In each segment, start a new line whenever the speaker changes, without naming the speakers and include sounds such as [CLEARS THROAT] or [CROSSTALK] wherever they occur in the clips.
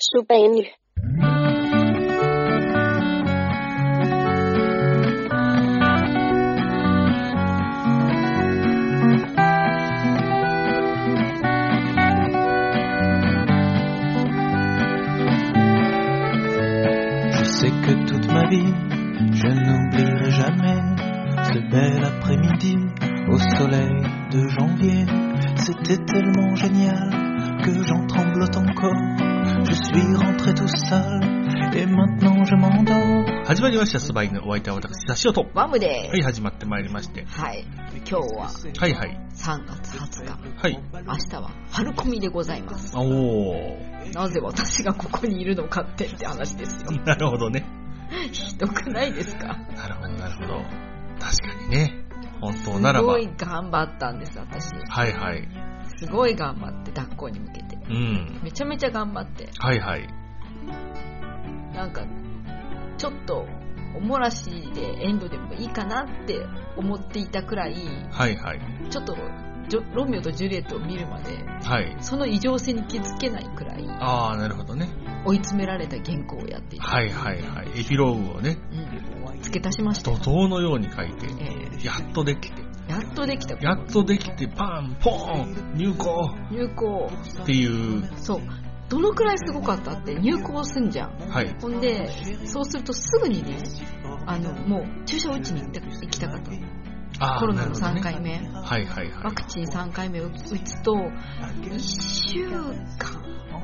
Chopin.
Je sais que toute ma vie, je n'oublierai jamais ce bel après-midi au soleil de janvier. C'était tellement génial que j'en tremblote encore. Je suis rentré tout seul et maintenant je m'endors.
始まりました、スバイのお相手は私、サシオと。は
ワムで
い、始まってまいりまして。
す。はい。今日は
はいはい。
3月20日。
はい。
明日は春コミでございます。
お
なぜ私がここにいるのかってって話ですよ。
ー。なるほどね。
ひどくないですか
なるほど、なるほど。確かにね。本当ならば。
すご
はいい
頑張ったんです、私。
はい。
すごい頑張って、学校に向けて。
うん。
めちゃめちゃ頑張って。
はいはい。
なんか、ちょっと、おもらしでエンドでもいいかなって思っていたくらい、
はいはい。
ちょっと、ジョロミオとジュリエットを見るまで、
はい。
その異常性に気づけないくらい、
あー、なるほどね。
追い詰められた原稿をやっていた。
はいはいはい。エピローグをね、
うん、付け足しました
怒
よ。
涛のように書いて、
ええ
やっとできて、
やっとできた。
やっとできて、パン、ポーン、入校
入校。
っていう。
そう。どのくらいすごかったって入校すんじゃん。
はい。
ほんで、そうするとすぐにね、あの、もう注射打ちに行って行きたかった。
あー
コロナの
なる
3
ほどね
回目。
はいはいは
ワ
い。
クチン3回目を打つと、1週間、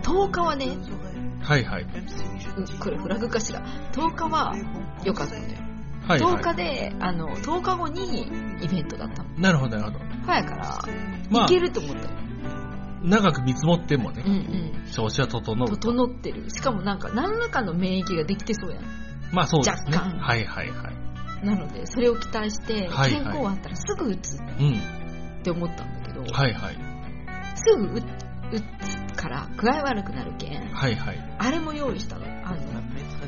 10日はね、
はいはい。
うこれフラグかしら、10日は良かったんだよ。
はい、はい。
10日で、あの、10日後にイベントだったの。
なるほど、なるほど。
早いから、
まあ
いけると思ったよ。
長く見積もっても
うんう
ね、
ん。
調子は整う。
整ってるしかもなんか何らかの免疫ができてそうやん
まあそうですね。
若干
はいはいはい。
なのでそれを期待して
はいはい
健康あったらすぐ打つっ
うん。
て思ったんだけど、
はいはい。
すぐ打つ打つから具合悪くなるけん
はいはい。
あれも用意したのあの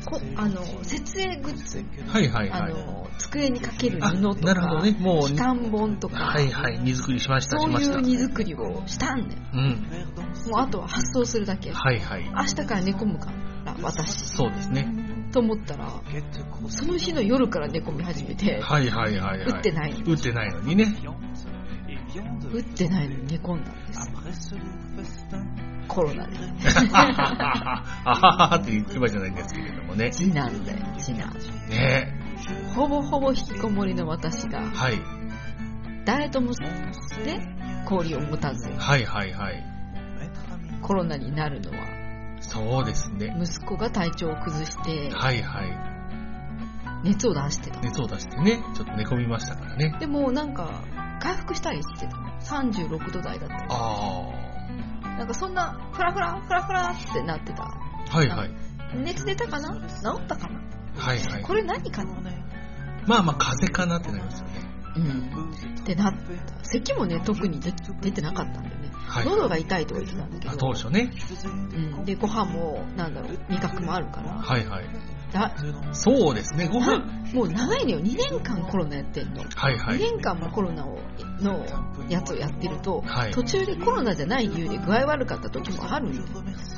こあの設営グッズ、
はいはい
あ
はい。
の机にかける
あ
布と
なるほ
か、
どね。もう
機、関本とか、
はいはい。荷造りしました、
そ
し
う
ま
い
した。
う荷造りをしたんだよ
うん。
もうあとは発送するだけ
はいはい。
明日から寝込むから私
そうですね。
と思ったらその日の夜から寝込み始めて
はいはいはいはい。
打ってない
打ってないのにね。
打ってないのに
[LAUGHS]
寝込んだんですコロナで
あはははって言ってばじゃないんですけれどもね。
次男だよ次男
ね
ほぼほぼ引きこもりの私が
はい。
誰ともね氷を持たず
はいはいはい。
コロナになるのは
そうですね。
息子が体調を崩して
はいはい。
熱を出してた
熱を出してね、ちょっと寝込みましたからね。
でもなんか回復したりしてた36度台だった
あ
なんかそんなフラフラフラフラってなってた
あ。はいはい。
熱出たかな治ったかな
はいはい。
これ何かな
まあまあ、風邪かなってなりますよね。
うんってなった咳もね特に出出てなかったんだよね、
はい
喉が痛いとか言ってたんだけど
あ当初ね。
うん、でご飯もなんだろう味覚もあるから
はいはい。
だ
そうですね、ご
な
飯。
もう長いのよ2年間コロナやってんの、
はいは
2
い。
年間もコロナをのやつをやってると、
はい
途中でコロナじゃない理由で具合悪かった時もあるんだよ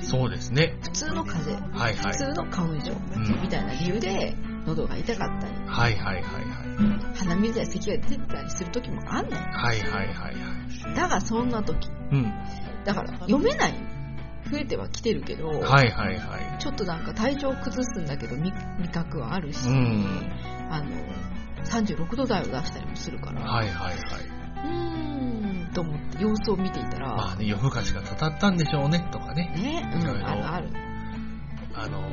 そうですね。
普通の風邪
はいは
普
い。
通の花粉症
ん
みたいな理由で喉が痛かったり
はいはいはいはい。
鼻水や咳が出てたりする時もあんねん
はいはいはいはい。
だがそんな時
うん。
だから読めない増えてはきてるけど、
はいはいはい。
ちょっとなんか体調崩すんだけど味味覚はあるし、
うん。
あの36度台を出したりもするから、
はいはいはい。
うーんと思って様子を見ていた
ま
ら、
あね、夜更かしがたたったんでしょうね、とかね。
ね、う
い
ん、
ろいろ
あるある
あの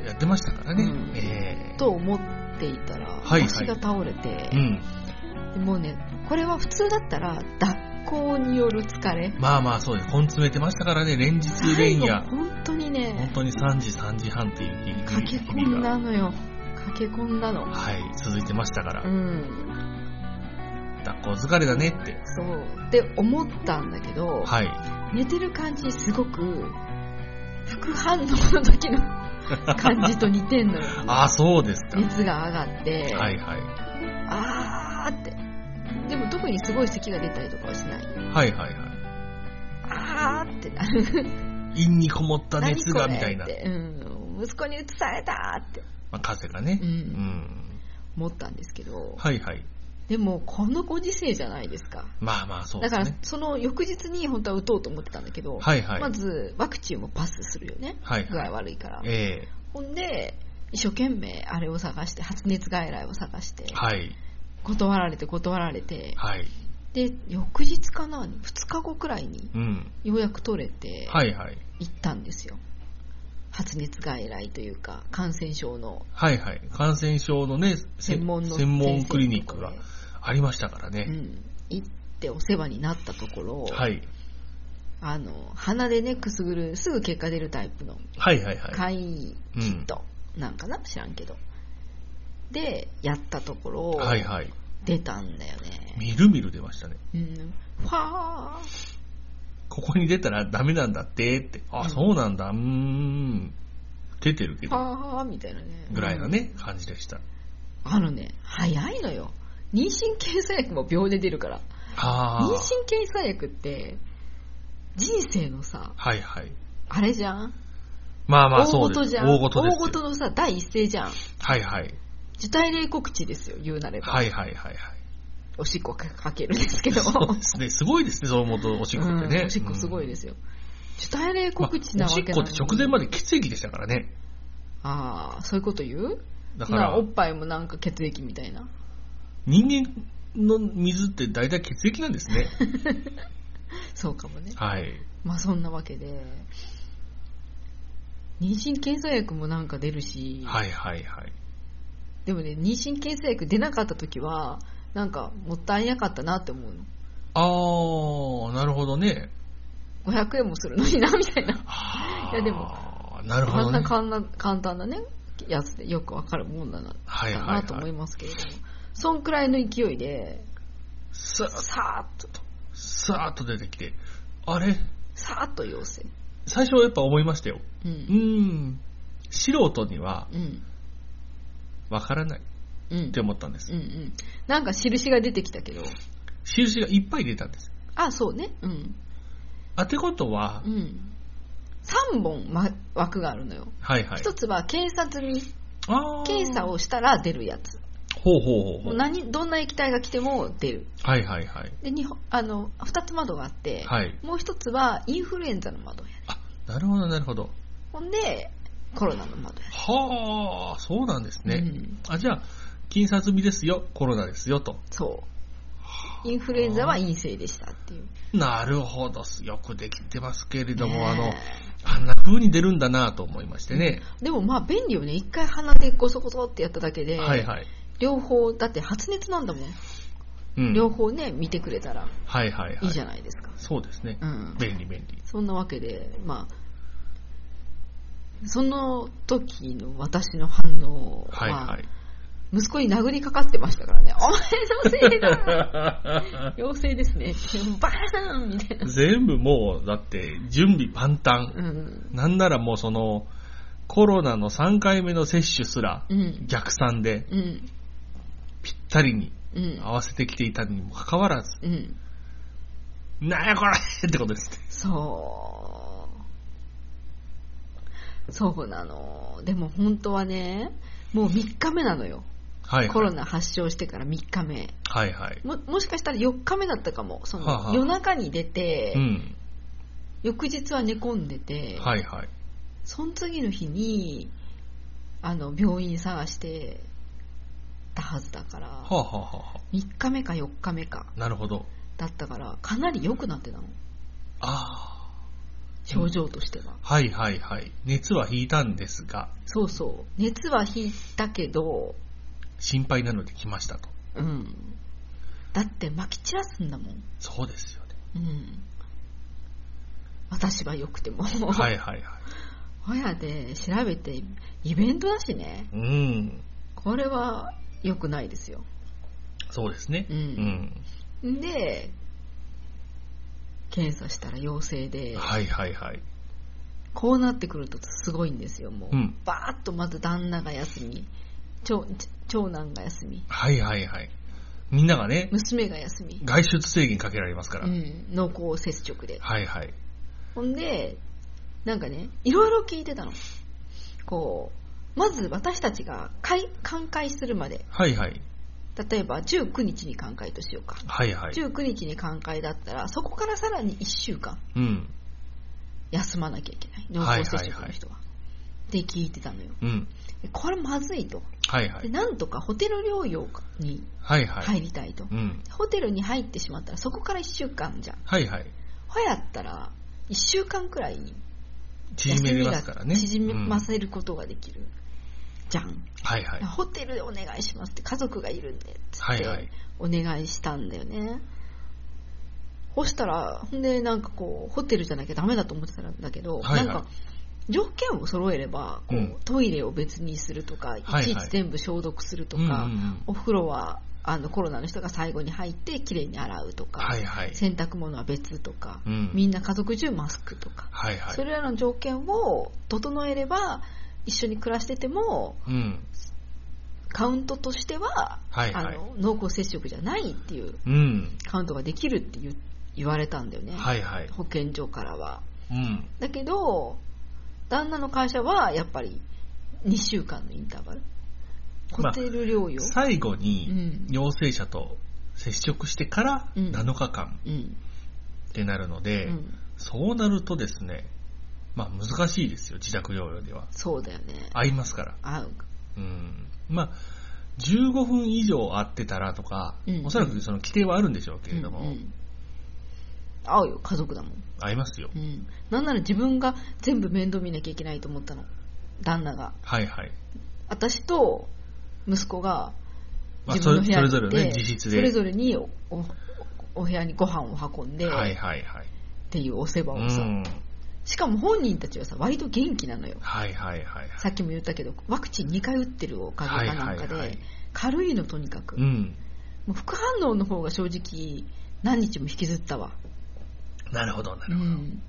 ー、やってましたからね。
うん
ええ
と思っていたら、
はいはい
足が倒れて
う、ん。
もうねこれは普通だったら脱行による疲れ
まあまあそうです。根詰めてましたからね、連日
最
連
後
夜。
本当に
本
ね
当に3時、3時半っていう日々
駆け込んだのよ駆け込んだの
はい、続いてましたから
う。ん
抱っこ疲れだねって。
そうって思ったんだけど、
はい。
寝てる感じすごく副反応の
[LAUGHS]
時の感じと似てんのよ
ああ、そうですか。
熱が上がって、
はいはい。
あーってでも特にすごい咳が出たりとかはしない
[LAUGHS] はいはいはい。
あーって
陰にこもった
何
熱
こ
が
れ
みたいな
っ、て、うん、息子に移されたって
まあ、風がね、
うん
ん
思ったんですけど、
はいはい
でもこのご時世じゃないですか。
まあまあそう
だ
で
か
す
ら
ね
その翌日に本当は打とうと思ってたんだけど、
はいはい、
まずワクチンもパスするよね、
はい
具
はい
合悪いから。
え
ほんで、一生懸命あれを探して、発熱外来を探して
え、はい
断られて断られて、
はい
で、翌日かな、2日後くらいに
うん
ようやく取れて、
はいはい
行ったんですよ。発熱外来というか、感染症の
はいはい感染症のねせ
専門の
専門
先生のとこ
ク
ろ
リ
へ
ニックがありましたから
う
ね、
ん、行ってお世話になったところ、
はい
あの鼻でねくすぐるすぐ結果出るタイプの
はいはいはい
簡易キットなんかな、知らんけどでやったところ、
はいはい
出たんだよね、
みるみる出ましたね
うん、ファー
ここに出たらダメなんだってってあ、
うん
そうなんだうーん出てるけ
フ
ど
ァーみたいなね
ぐらいのね、感じでした
うんあのね早いのよ妊娠検査薬も秒で出るから
あ
妊
あ
娠検査薬って人生のさ
はいはい
あれじゃん
まあまあ
大
そうです
事じゃん
大事ですよ
のさ第一声じゃん
はいはい
受胎例告知ですよ言うなれば、
はいはいはいはい
おしっこかけるんですけど
そうですねすごいですねそう思うとおしっこってね、
うんおしっこすごいですすよ。主体例告知
お
なわ
し
け
っ
な
こ
の
っ
に
て直前まで血液でしたからね
ああ、そういうこと言う
だか
な
ら
おっぱいもなんか血液みたいな。
人間の水って大体血液なんです
[LAUGHS]
ね
そうかもね。
はい
まあそんなわけで。妊娠検査薬もなんか出るし、
はいはいはい
でもね、妊娠検査薬出なかった時は、なんかもったいなかったなって思うの。
ああなるほどね
500円もするのにな、みたいな。
あー
いやでも
なるほ
あ
ど
んな
ね
簡単簡単なね、やつでよくわかるもんだな、
はい
だ
はいは
ないと思いますけれども。そんくらいの勢いで、
さ
さーっと、
さーっと出てきてあれ
さーっと陽性。
最初はやっぱ思いましたよ
う
うー
ん。
ん素人には
うん。
わからない
うん
って思ったんです
うんうん。なんか印が出てきたけど。
印がいっぱい出たんです
あ、そうね。うん。
あてことは、
うん。3本、ま、枠があるのよ。
はいはい
一つは検査済み。
あー
検査をしたら出るやつ。
ほうほうほうほ
も
う
う何、どんな液体が来ても出る。
はいはいはい
で、日本、あの、2つ窓があって、
はい
もう一つはインフルエンザの窓やね。
あなるほどなるほど
ほんで、コロナの窓や
はあそうなんですね、
ね。うん。
あじゃあ金札済みですよコロナですよと
そう。インフルエンザは陰性でしたっていう。
なるほどよくできてますけれども、あの
ねえ
あんな風に出るんだなと思いましてね、
でもまあ便利よね。一回鼻でゴソゴソってやっただけで、
はいはい、
両方、だって発熱なんだもん。
うん、
両方ね、見てくれたら
はいはいはい
いいじゃないですか。
そうですね、
うん。
便利便利
そんなわけで、まあ、その時の私の反応は、
はいはい
息子に殴りかかってましたからね、 [LAUGHS] お前のせいだ [LAUGHS] 陽性ですね。バーンみたいな。
全部もうだって準備万端、
うん。
なんならもうそのコロナの3回目の接種すら
うん。
逆算で
うん。
ぴったりに
うん。
合わせてきていたにもかかわらず、
うん。
なんやこれってことですね。
そう。そうなの。でも本当はね、もう3日目なのよ。
はい、はい。
コロ。ナ発症してから3日目。
はいはい。
ももしかしたら4日目だったかも。その、
はあはあ
夜中に出て、
うん。
翌日は寝込んでて、
はいはい。
その次の日に、あの、病院探してたはずだから、
はあ、はあはあは
3日目か4日目か
あ、なるほど。
だったから、かなり良くなってたの。
あ
症状としては。
あ。はいはいはい。熱は引いたんですが、
そうそう。熱は引いたけど、
心配なので来ましたと。
うん。だって、撒き散らすんだもん。
そうですよね。
うん。私は良くても。 [LAUGHS]
はいはいはい。
ほやで調べて、イベントだしね。
うん。
これは良くないですよ。
そうですね。
うんんで、検査したら陽性
う
で
ん。、はいはいはい。
こうなってくるとすごいんですよ、もう。
うん。
バーッとまず旦那が休み、長長男が休み、
はいはいはい。みんながね、
娘が休み、
外出制限かけられますから。
うん、濃厚接触で。
はいはい。
ほんで、なんかね、いろいろ聞いてたの。こう、まず私たちが開寛解するまで、
はいはい。
例えば19日に寛解としようか。
はいはい。
19日に寛解だったら、そこからさらに1週間
うん。
休まなきゃいけない。濃
はいはいはい
厚接触の人は。って聞いてたのよ。
うん。
でこれまずいと。
はいは
で、
い。
なんとかホテル療養に
はいはい。
入りたいと。
うん。
ホテルに入ってしまったら、そこから1週間じゃん。
はいはい。
ほやったら、1週間くらい
縮めれますからね。
休みが縮ま
うん
せることができる。じゃん。
はいはい。
ホテルでお願いしますって家族がいるんで、つっ
はい
て
はい。
お願いしたんだよね。そしたら、ほんでなんかこう、ホテルじゃなきゃダメだと思ってたんだけ
は
ど、
いはい
なんか、条件を揃えれば、こう
うん
トイレを別にするとか、い
はい
ちいち全部消毒するとか、
うんうんうん
お風呂はあのコロナの人が最後に入ってきれいに洗うとか、
はいはい。
洗濯物は別とか、
うん
みんな家族中マスクとか、
はいはい。
それらの条件を整えれば一緒に暮らしてても
うん。
カウントとしては、
はいはい
あの濃厚接触じゃないっていう
うん。
カウントができるって言う言われたんだよね、
はいはい。
保健所からは
うん。
だけど旦那の会社はやっぱり2週間のインターバルホ
まあ
テル療養、
最後
う
に
ん
陽性者と接触してから
うん
7日間
うん
ってなるの
う
で、
ん、
そうなるとですね、まあ難しいですよ、自宅療養では。
そうだよね
合いますから。
あ
うん。まあ、15分以上会ってたらとか、
うん
おそらくその規定はあるんでしょうけれども、
うんうん合うよ家族だもん
会いますよ。
うん、なんなら自分が全部面倒見なきゃいけないと思ったの旦那が
はいはい。
私と息子が
まあ、
自
そ
分の
れ
部
そ
屋
れぞ
に行
れ
って、
ね、自室で。
それぞれにおおお部屋にご飯を運んで、
はい
っ
はいはい。
ていうお世話
う
をさ、
ん。
しかも本人たちはさ割と元気なのよ
はいはいはい。
さっきも言ったけどワクチン2回打ってるおかげかなんかで、
はいはいはい
軽いのとにかく、
う
も
ん。
う副反応の方が正直何日も引きずったわ、
なるほど、な
う
るほど。
ん、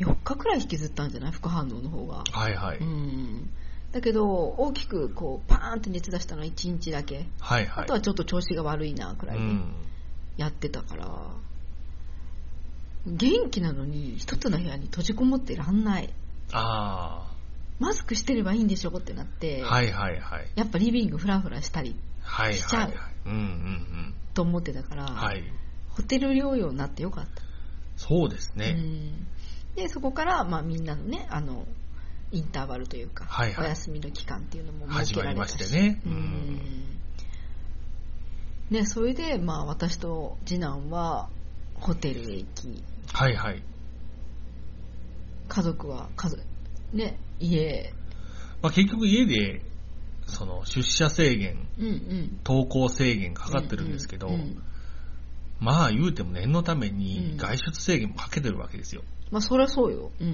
4日くらい引きずったんじゃない副反応の方が
はいはい。
うんだけど大きくこうパーンって熱出したのは1日だけ、
はいはい。
あとはちょっと調子が悪いなくらいうで
ん。
やってたから、元気なのに一つの部屋に閉じこもってらんない
あ
マスクしてればいいんでしょってなって、
あ。はいはいはい。
やっぱリビングフラフラしたり
はい
しちゃ
は
う
い。うんうん
と思ってたから、
うん。はい。
ホテル療養になってよかった、
そうです
う
ね。
んでそこからまあみんなのねあのインターバルというか、
はいはい
お休みの期間っていうのも設けられた
始まりましてね
う
うん
んねそれでまあ私と次男はホテルへ行き
はいはい。
家族は家族ね家へ
まあ、結局家で、その、出社制限、
うんうん
登校制限かかってるんですけど、
うんうん
まあ言うても念のため
うん
に外出制限もかけてるわけですよ。
まあそりゃそうよ、うん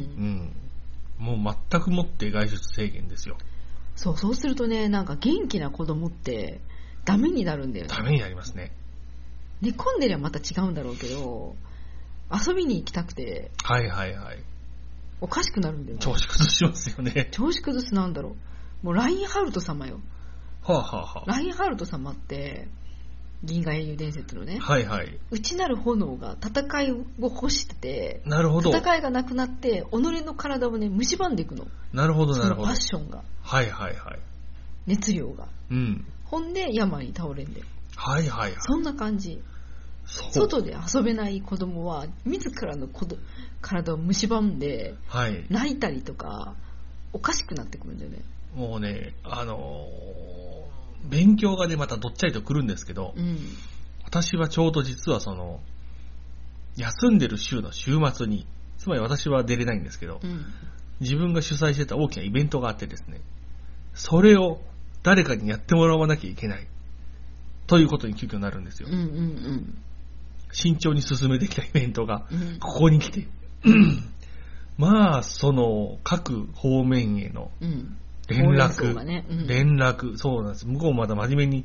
うん。もう全くもって外出制限ですよ。
そうそうするとねなんか元気な子供ってダメになるんだよね
ダメになりますね。
寝込んでりゃまた違うんだろうけど遊びに行きたくて
はいはいはい。
おかしくなるんだよね。
調子崩しますよね
調子崩すなんだろうもうラインハルト様よ
はあはあはあ。
ラインハルト様って銀河英雄伝説のね
はいはい。
内なる炎が戦いを欲してて
なるほど。
戦いがなくなって己の体をね蝕んでいくの
なるほど
そ
なる
の
ほ
パ
ど
ッ。ションが
はいはいはい。
熱量が
うん。
ほんで病に倒れんだよ
はいはいはい。
そんな感じ
そう
外で遊べない子供は自らの子ど体を蝕んで
はい。
泣いたりとかおかしくなってくるんだよね
もうね、あのー勉強がね、またどっちゃりと来るんですけど、
うん
私はちょうど実はその、休んでる週の週末に、つまり私は出れないんですけど、
うん
自分が主催してた大きなイベントがあってですね、それを誰かにやってもらわなきゃいけない。ということに急遽なるんですよ
うん。うん
慎重に進めてきたイベントが、
うんうん
ここに来て。 [CLEARS THROAT] まあ、その、各方面への
うん
連
ほうれん草
絡、
がねうん
連絡、そうなんです。向こうもまだ真面目に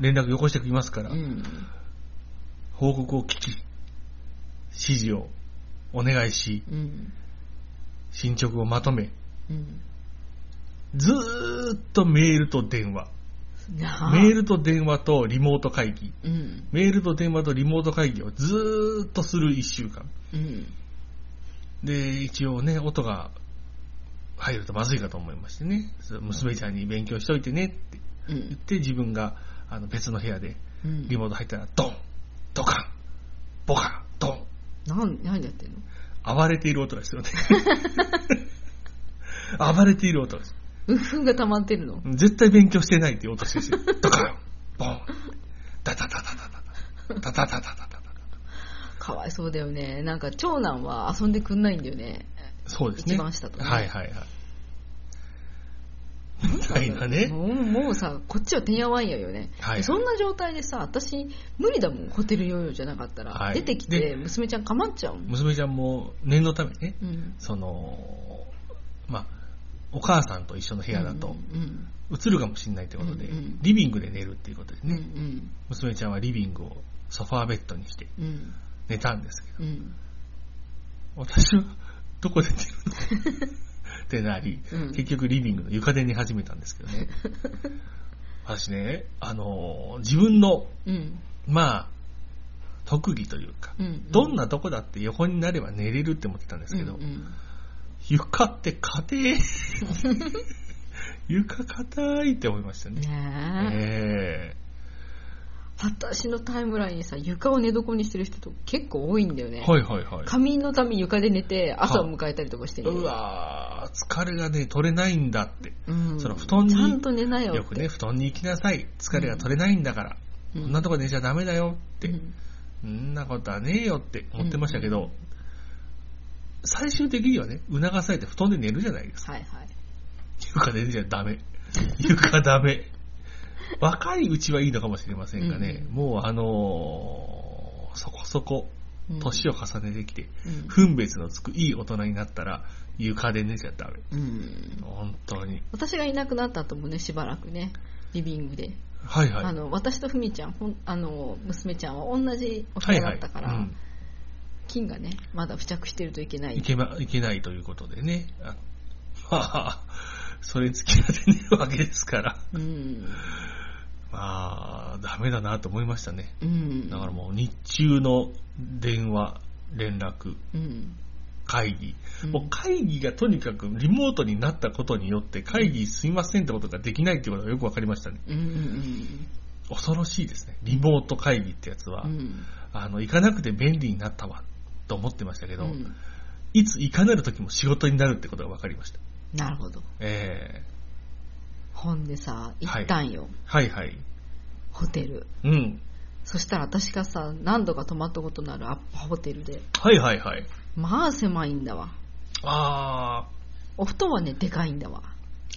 連絡よこしてきますから、
うん
報告を聞き、指示をお願いし、
うん
進捗をまとめ、
うん
ずーっとメールと電話、
なあ
メールと電話とリモート会議、
うん
メールと電話とリモート会議をずーっとする1週間。
うん
で、一応ね、音が入るとまずいかと思いましてね、そう娘ちゃんに勉強しといてねって
う
言っ
ん。
て、自分があの別の部屋で
うん
リモート入ったら、ドン、ドカン、ボカン、ドン、
なん、何やってんの
暴れている音がするね。暴れている音がす
うっふんが溜まってるの
る。絶対勉強してないっていう音してる。ドカン、ボン、ダダダダダダダダダダダダダダ。
かわいそうだよね。なんか長男は遊んでくんないんだよね。
そうですね。
一番下とね
はいはいはい。みたいなね。
もうもうさ、こっちはてんやわんやよね、
はい
でそんな状態でさ、私、無理だもん、ホテル療養じゃなかったら、
はい
出てき
で
て、娘ちゃんかまっちゃうもん。
娘ちゃんも念のためにね、
うん、
その、まあ、お母さんと一緒の部屋だと、
うん
映るかもしれないということで、
うんうん
リビングで寝るっていうことで
うん、
ね、
うん
娘ちゃんはリビングをソファーベッドにして
うんうん
寝たんですけど、
うん
私はどこで寝るの
[LAUGHS]
ってなり、
うん
結局リビングの床で寝始めたんですけどね。私ね、あのー自分の、
うん
まあ、特技というか、
うん、
どんなとこだって横になれば寝れるって思ってたんですけど、
うんうん
床って硬い床硬いって思いましたね。
ねえ
ええ
私のタイムラインにさ床を寝床にしてる人と結構多いんだよね、
はいはいはい。
仮眠のために床で寝て朝を迎えたりとかしてる
うわー疲れがね、取れないんだって。
うん、
その布団に
ちゃんと寝なよ
よくね、布団に行きなさい。疲れが取れないんだから。
うん
こんなとこ寝ちゃダメだよって。
うん
そんなことはねえよって思ってましたけど、最終的にはね、促されて布団で寝るじゃないですか。
はいはい
床で寝ちゃダメ。 [LAUGHS] 床ダメ。若いうちはいいのかもしれませんがね、
うん
もうあのーそこそこ、
うん
年を重ねてきて、
うん
分別のつくいい大人になったら、床で寝ちゃダメ。
うん
本当に。
私がいなくなった後もねしばらくねリビングで、
はいはい。
あの私とふみちゃんほんあの娘ちゃんは同じお部屋だったから、
はいはいうん
菌がねまだ付着してるといけない
いけば、いけないということでね。あ [LAUGHS] まあ、それに付き合って寝るわけですから。
うん
まあ、ダメだなと思いましたね。
うん
だからもう日中の電話、連絡、
うん
会議。
うん
もう会議がとにかくリモートになったことによって会議すいませんってことができないってことがよくわかりましたね。
うんうん
恐ろしいですね。リモート会議ってやつは、
うん
あの、行かなくて便利になったわ、と思ってましたけど、
うん
いつ行かなる時も仕事になるってことがわかりました。
なるほど
え
ほんでさ行ったんよ、
えはいはい。
ホテル
うん。
そしたら私がさ何度か泊まったことのあるアッパホテルで
はいはいはい。
まあ狭いんだわ
あ
お布団はねでかいんだわ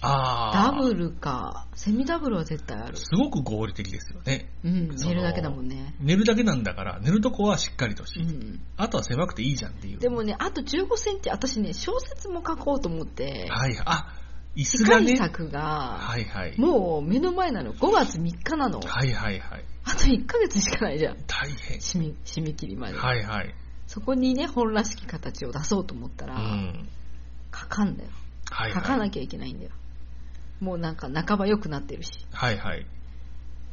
ー、あ
ダ
ー。
ブルかセミダブルは絶対ある
すごく合理的ですよね。
うん
その
寝るだけだもんね
寝るだけなんだから、寝るとこはしっかりとし、
うん
あとは狭くていいじゃんっていう。
でもねあと1 5センチ私ね小説も書こうと思って
はい、あ、椅子
次
が
回
ね。
作が
はいはい。
もう目の前なの5月3日なのあ
はいはいはい。
と1ヶ月しかないじゃん
大変。
締め締め切りまで、
はいはい。
そこにね本らしき形を出そうと思った
う
ら、
ん。
書かんだよ
はい
書か
はい。
なきゃいけないんだよ、もうなんか半ば良くなってるし
はいはい。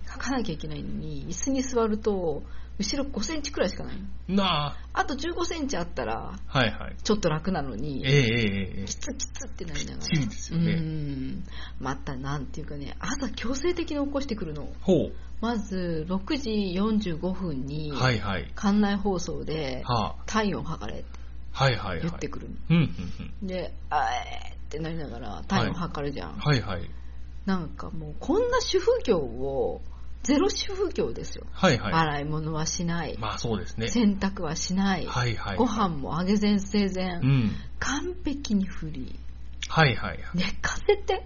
書かなきゃいけないのに椅子に座ると後ろ5センチくらいしかないの
なあ、
あと1 5センチあったら
はいはい。
ちょっと楽なの
ええ
に
ええええ
きつきつってなりなが
きっち
ら
りですよね
うんまたなんていうかね朝強制的に起こしてくるの
ほう。
まず6時45分に
はいはい。
館内放送で
は
体温測れって
あ。はいはいはい。
言ってくるの、
うんうんうん。
であえーってなりながら体温測るじゃん、
はいはい。
なんかもうこんな主婦業をゼロ主婦業ですよ、
はいは
洗い物はしない、
い。まあそうですね。
洗濯はしない、
はいはい。
ご飯も揚げ前生前、
うん。
完璧に振り
はいはいはい。
寝かせて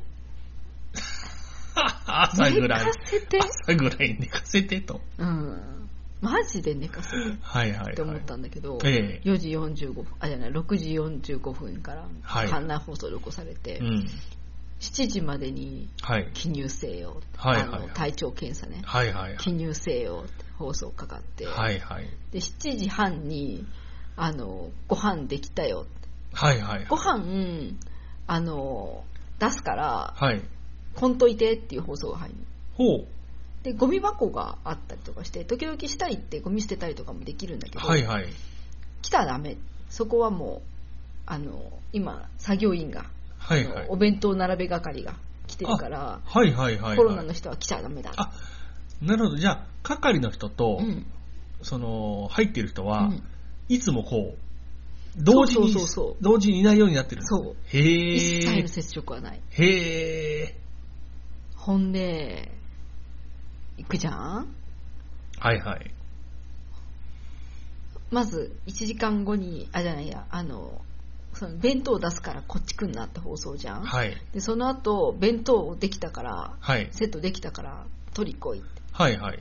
朝ぐ
寝
ら
か
い。
せて、
朝ぐらい寝かせてと。
うん、マジで寝かせて
はいはいはい。
って思ったんだけど、
ええ
4時45分あじゃない6時45分から
はい
館内放送で起こされて、
うん。
7時までに
はい。
記入せよ、
はい
あ
はい
の
はい
体調検査ね、
はいはい
記入せよって放送かかって、
はい。はいはい。
で7時半にあのご飯できたよ
はいはい。
ご飯あの出すから
はい。
こんといてっていう放送が入る
ほう。
でゴミ箱があったりとかして時々したいってゴミ捨てたりとかもできるんだけど、
はいはい。
来たらダメそこはもうあの今作業員が、
はいは
あの
い
お。弁当並べ係が来てるから、
はいはいはいはい。
コロナの人は来ちゃダメだ
あ、なるほど。じゃあ、係の人と、
うん
その、入ってる人
う
は、
ん、
いつもこう、同時に、
そうそうそうそう
同時にいないようになってるんですね
そう
へー。
一切の接触はない
へー。
ほんで行くじゃん
はいはい。
まず1時間後にあじゃないやあのその弁当を出すからこっち来んなって放送じゃん、
はい。
でその後弁当できたから
はい。
セットできたから取り来いっ
はいはい。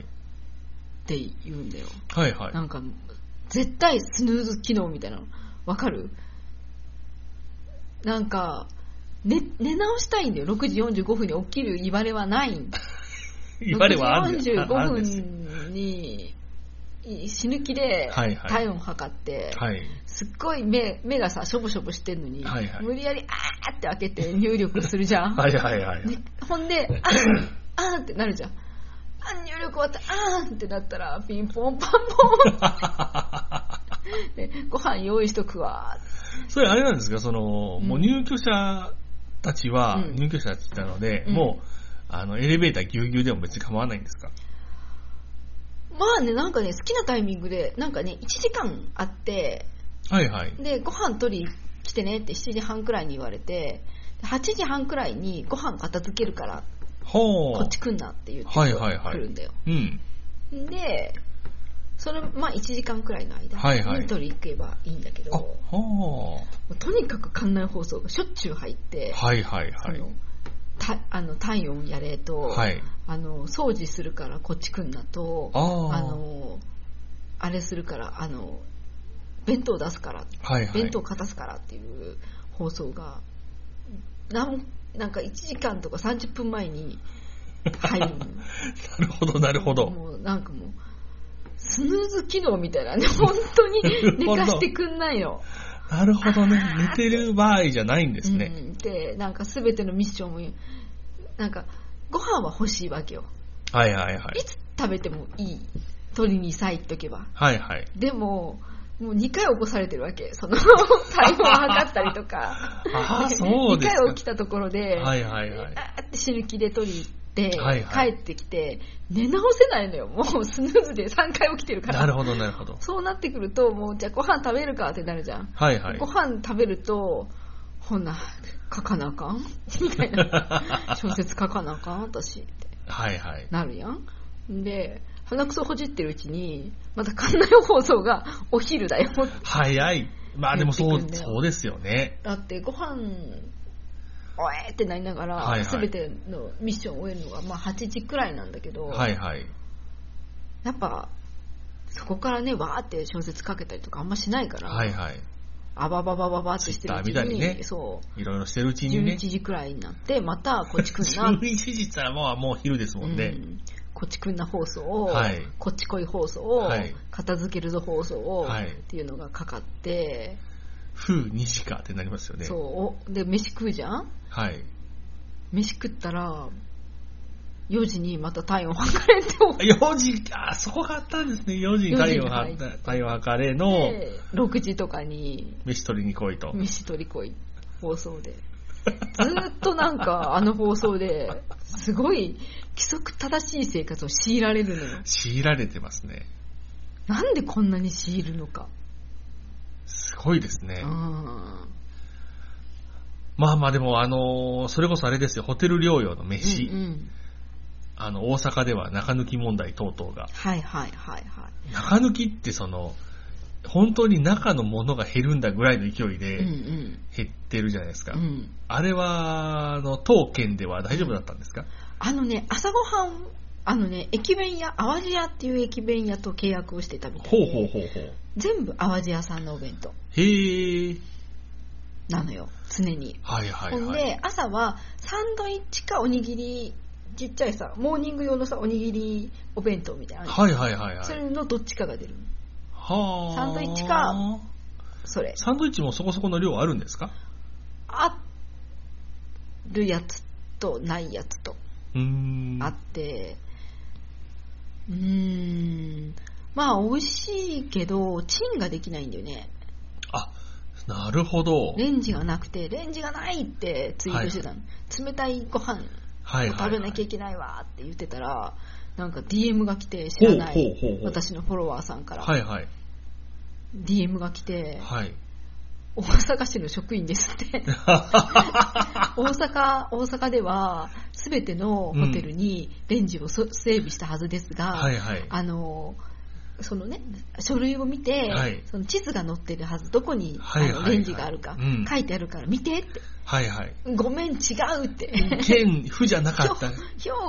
て言うんだよ
はいはい
な。んか絶対スヌーズ機能みたいなのわかるなんか寝寝直したいんだよ6時45分に起きる言われはないん
[LAUGHS] 言われはあるん
6
です
時
よあるんですよ
45分にい死ぬ気で
はいはい
体温測って、
はい。
すっごい目目がさしょぼしょぼしてんのに、
はいはい
無理やりあーって開けて入力するじゃん、
はいはいはい。
でほんで、ああーってなるじゃん。あ入力終わった、あーってなったら、ピンポンパンポンって、
[LAUGHS]
ご飯用意しとくわ。
[LAUGHS] それあれなんですか、その、
うん
もう入居者たちは、
うん
入居者たちなので、
うん
もう、あの、エレベーターぎゅうぎゅうでも別に構わないんですか
まあね、なんかね、好きなタイミングで、なんかね、1時間あって、
はいはい。
で、ご飯取り来てねって7時半くらいに言われて、8時半くらいにご飯片付けるから、
ほ
こ
う
っ。ち来んなって言って
はいはいはい
来るんだよ。
うん。
で、それ、まあ1時間くらいの間
はいはい
に取り行けばいいんだけど、
あ、ほう。
もうとにかく館内放送がしょっちゅう入って、
はいはい
そ
はい
の。たあの体温やれと、
はい。
あの掃除するからこっち来んなと
ああ。
あのあれするからあの弁当出すから
はいはい。
弁当片すからっていう放送が、なんなんか1時間とか30分前に入る
[LAUGHS] なるほど、なるほど。
もうなんかもうスヌーズ機能みたいなね本
[LAUGHS]
当に寝かしてくんないの。
なるほどね。寝てる場合じゃないんですね。
うん、でなんか全てのミッションもなんかご飯は欲しいわけよ
はいはいはい
い。つ食べてもいい鳥にさえ言っとけば
はいはい。
でももう2回起こされてるわけ
[LAUGHS]
その体温を測ったりとか
ああ、そうです
2回起き
か。
たところで、
はいはいはい。
あーって死ぬ気で取り行って、
はいはい
帰ってきて寝直せないのよもうスヌーズで3回起きてるから
なるほど、なるほど。
そうなってくるともうじゃあご飯食べるかってなるじゃん
はいはい
ご。飯食べると、ほな、書かなあかんみたい
[LAUGHS]
な。小説書かなあかん私って
はいはい。
なるやん。で、鼻くそほじってるうちに、また館内放送がお昼だよ。
早い。まあでもそ
やってくん
う、
だよ
そうですよね。
だってご飯、おえーってなりなが
はい
ら、
は
す
い
べてのミッションを終えるのが、まあ8時くらいなんだけど、
はいはい。
やっぱ、そこからね、わーって小説書けたりとかあんましないから、
はいはい。
あばばばばばってしてるうち
ツイッター
に、
見たりね
そう、
いろいろしてるうちにね
11。時くらいになって、またこっち来んなっ
11時ってらもうもう昼ですもん
う
ね。
んこっちくんな放送を、
はい
こっち来い放送を、
はい
片付けるぞ放送を、
はい
っていうのがかかって、
ふう、2時かってなりますよね。
そうおで飯食うじゃん
はい。
飯食ったら4時にまた体温測れって思っ
4時か、そこがあったんですね。4時に太陽
4時に入
は
っ、
太陽はかれの、
て6時とかに
飯取りに来いと。
飯取り来い放送でずーっとなんかあの放送ですごい規則正しい生活を強いられるのよ
強いられてますね。
なんでこんなに強いるのか、
すごいですね。
うん
まあまあでも、あのーそれこそあれですよ、ホテル療養の飯、
うんうん
あの、大阪では中抜き問題等々が。
はいはいはいは
中抜きってその、本当に中のものが減るんだぐらいの勢い
い。
で
うんうん。
減ってるじゃないですか。
うん、
あれは、あの、当県では大丈夫だったんですか
あのね、朝ごはん、あのね、駅弁屋、淡路屋っていう駅弁屋と契約をしてたみたい
ほう
で、
ほうほうほう。
全部淡路屋さんのお弁当
へえ。
なのよ、常に。
はいはい
ほん
はい。
で、朝はサンドイッチかおにぎり、ちっちゃいさ、モーニング用のさ、おにぎりお弁当みたいなのあるじゃん。
はいはいはいは
それ
い。
のどっちかが出る。
はあ。
サンドイッチか。それ。
サンドイッチもそこそこの量あるんですか
あるやつとないやつと。
うーん。
あって、うーん、まあ美味しいけど、チンができないんだよね。
あ、なるほど。
レンジがなくてレンジがないってツイートしてたの、冷たいご飯
はいはい、はい。
食べなきゃいけないわって言ってたらなんか DM が来て知らな
ほうほうほう
い
ほう
私のフォロワーさんから、
はいはい。
DM が来て、
はい。
大阪市の職員ですって
[LAUGHS]
大阪大阪では全てのホテルにレンジをそ整備したはずですが、
はいはい。
あのそのね書類を見て、
はい
その地図が載ってるはずどこに、
はいはい
あ
は
の
い
レンジがあるか、
うん
書いてあるから見てって
はいはい。
ごめん違うって
県、府じゃなか
[LAUGHS]
った。
兵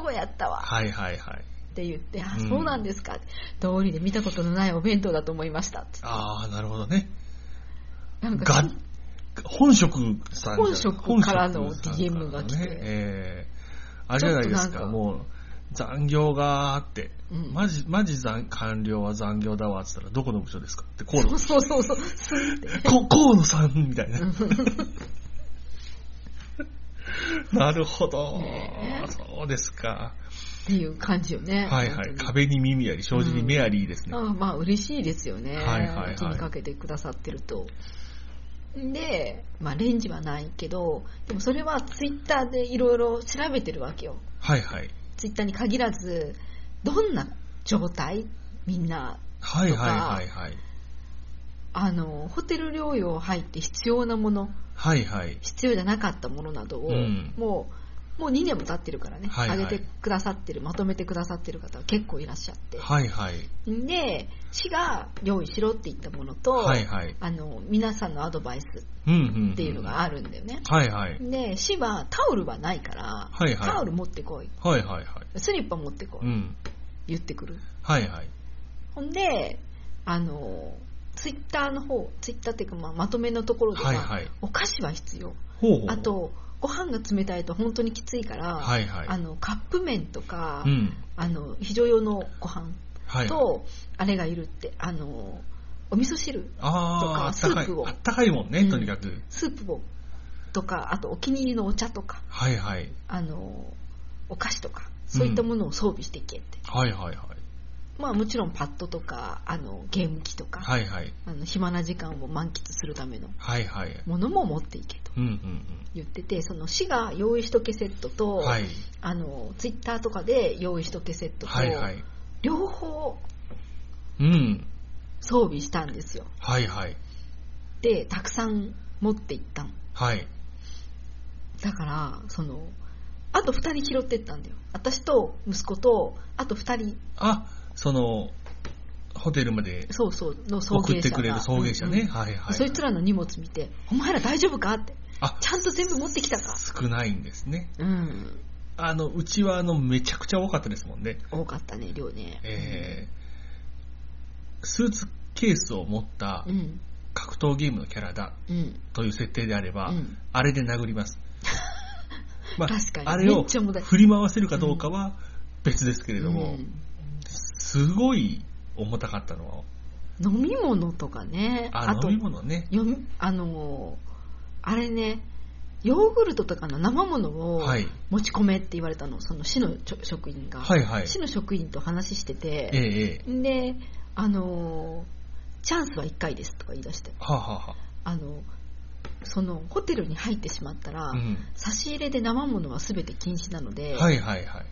庫やったわ
はいはいはい。
って言って、あ
うん
そうなんですか通りで見たことのないお弁当だと思いましたって
ああ、なるほどね。
なんか
が、本職さんじゃ。
本職からの
本職さんから
DM が来て
ねええあれじゃないですか、
ちょっとなんか
もう、残業があって、
うん
マジ、マジ残官僚は残業だわって言ったら、どこの部署ですかって、河
そう
野、
そうそうそうスンって
こ河野さんみたい
[LAUGHS]
な。なるほど
ね。え
そうですか。
っていう感じよね。
はいはい。
本当に
壁に耳あり、障子にメアリーですね。
ああまあ嬉しいですよね。
はいはいはいう
ちにかけてくださってると。で、まあレンジはないけど、でもそれはツイッターでいろいろ調べてるわけよ。
はいはい。
ツイッターに限らず、どんな状態みんな、
はいはいはいはい。
あの、ホテル療養入って必要なもの、
はいはい。
必要じゃなかったものなどを、
うん
もう、もう2年も経ってるからね、
はいはい
上げてくださってる、まとめてくださってる方は結構いらっしゃって。
はいはい。
で、市が用意しろって言ったものと、
はいはい。
あの皆さんのアドバイス
うんうん。
っていうのがあるんだよね。
はいはい。
で、市はタオルはないから、
はいはい
タオル持ってこい。
はいはいはい。
スリッパ持ってこい。
うん。
言ってくる。
はいはい。
ほんで、あの、ツイッターの方、ツイッターっていうか、まあ、まとめのところでは、
はいはい
お菓子は必要。
ほうほう。
あ、と、ご飯が冷たいと本当にきついから、
はいはい。
あのカップ麺とか、
うん。
あの非常用のご飯
はい。
と、あれがいるって、あの、お味噌汁と
ああ、
か
あったかい
スープ。を
あったかいもんね、
うん
とにかく。
スープをとかあとお気に入りのお茶とか
はいはい。
あのお菓子とかそういったものを装備していけって、
はいはいはい。
まあもちろんパッドとかあのゲーム機とか、
はいはい。
あの暇な時間を満喫するための
はいはい。
ものも持っていけと
うんうん
言っててその市が用意しとけセットと、
うん。はい。
あのツイッターとかで用意しとけセットと、
はいはい。
両方
うん。
装備したんですよ
はいはい。
でたくさん持っていったの
はい。
だからそのあと2人拾ってったんだよ私と息子とあと2人
あ、その、ホテルまで
そうそうの送
送
迎者が
ってくれる送迎者
う
ね。
ん
はいはい。
そいつらの荷物見て「お前ら大丈夫か?」って
あ
「ちゃんと全部持ってきたか?
少ないんですね。」
うん
あの、うちはあの、めちゃくちゃ多かったですもんね。
多かったね量ね
えー、スーツケースを持った
うん
格闘ゲームのキャラだ
うん
という設定であれば、
うん
あれで殴ります。ま
確かに
あれ
め
を
っちゃ重たい
振り回せるかどうかは別ですけれども、
うん
すごい重たかったのは、
飲み物とかね
あ
と
飲み物ね。
よみあのーあれねヨーグルトとかの生ものを
はい。
持ち込めって言われたの、その市のちょ職員が、
はいはい。
市の職員と話してて、
ええええ
で、あのーチャンスは1回ですとか言い出して、
はあ、はあは
あのそのホテルに入ってしまったら、
あ、うん。
差し入れで生ものは全て禁止なので、
はいはいはい。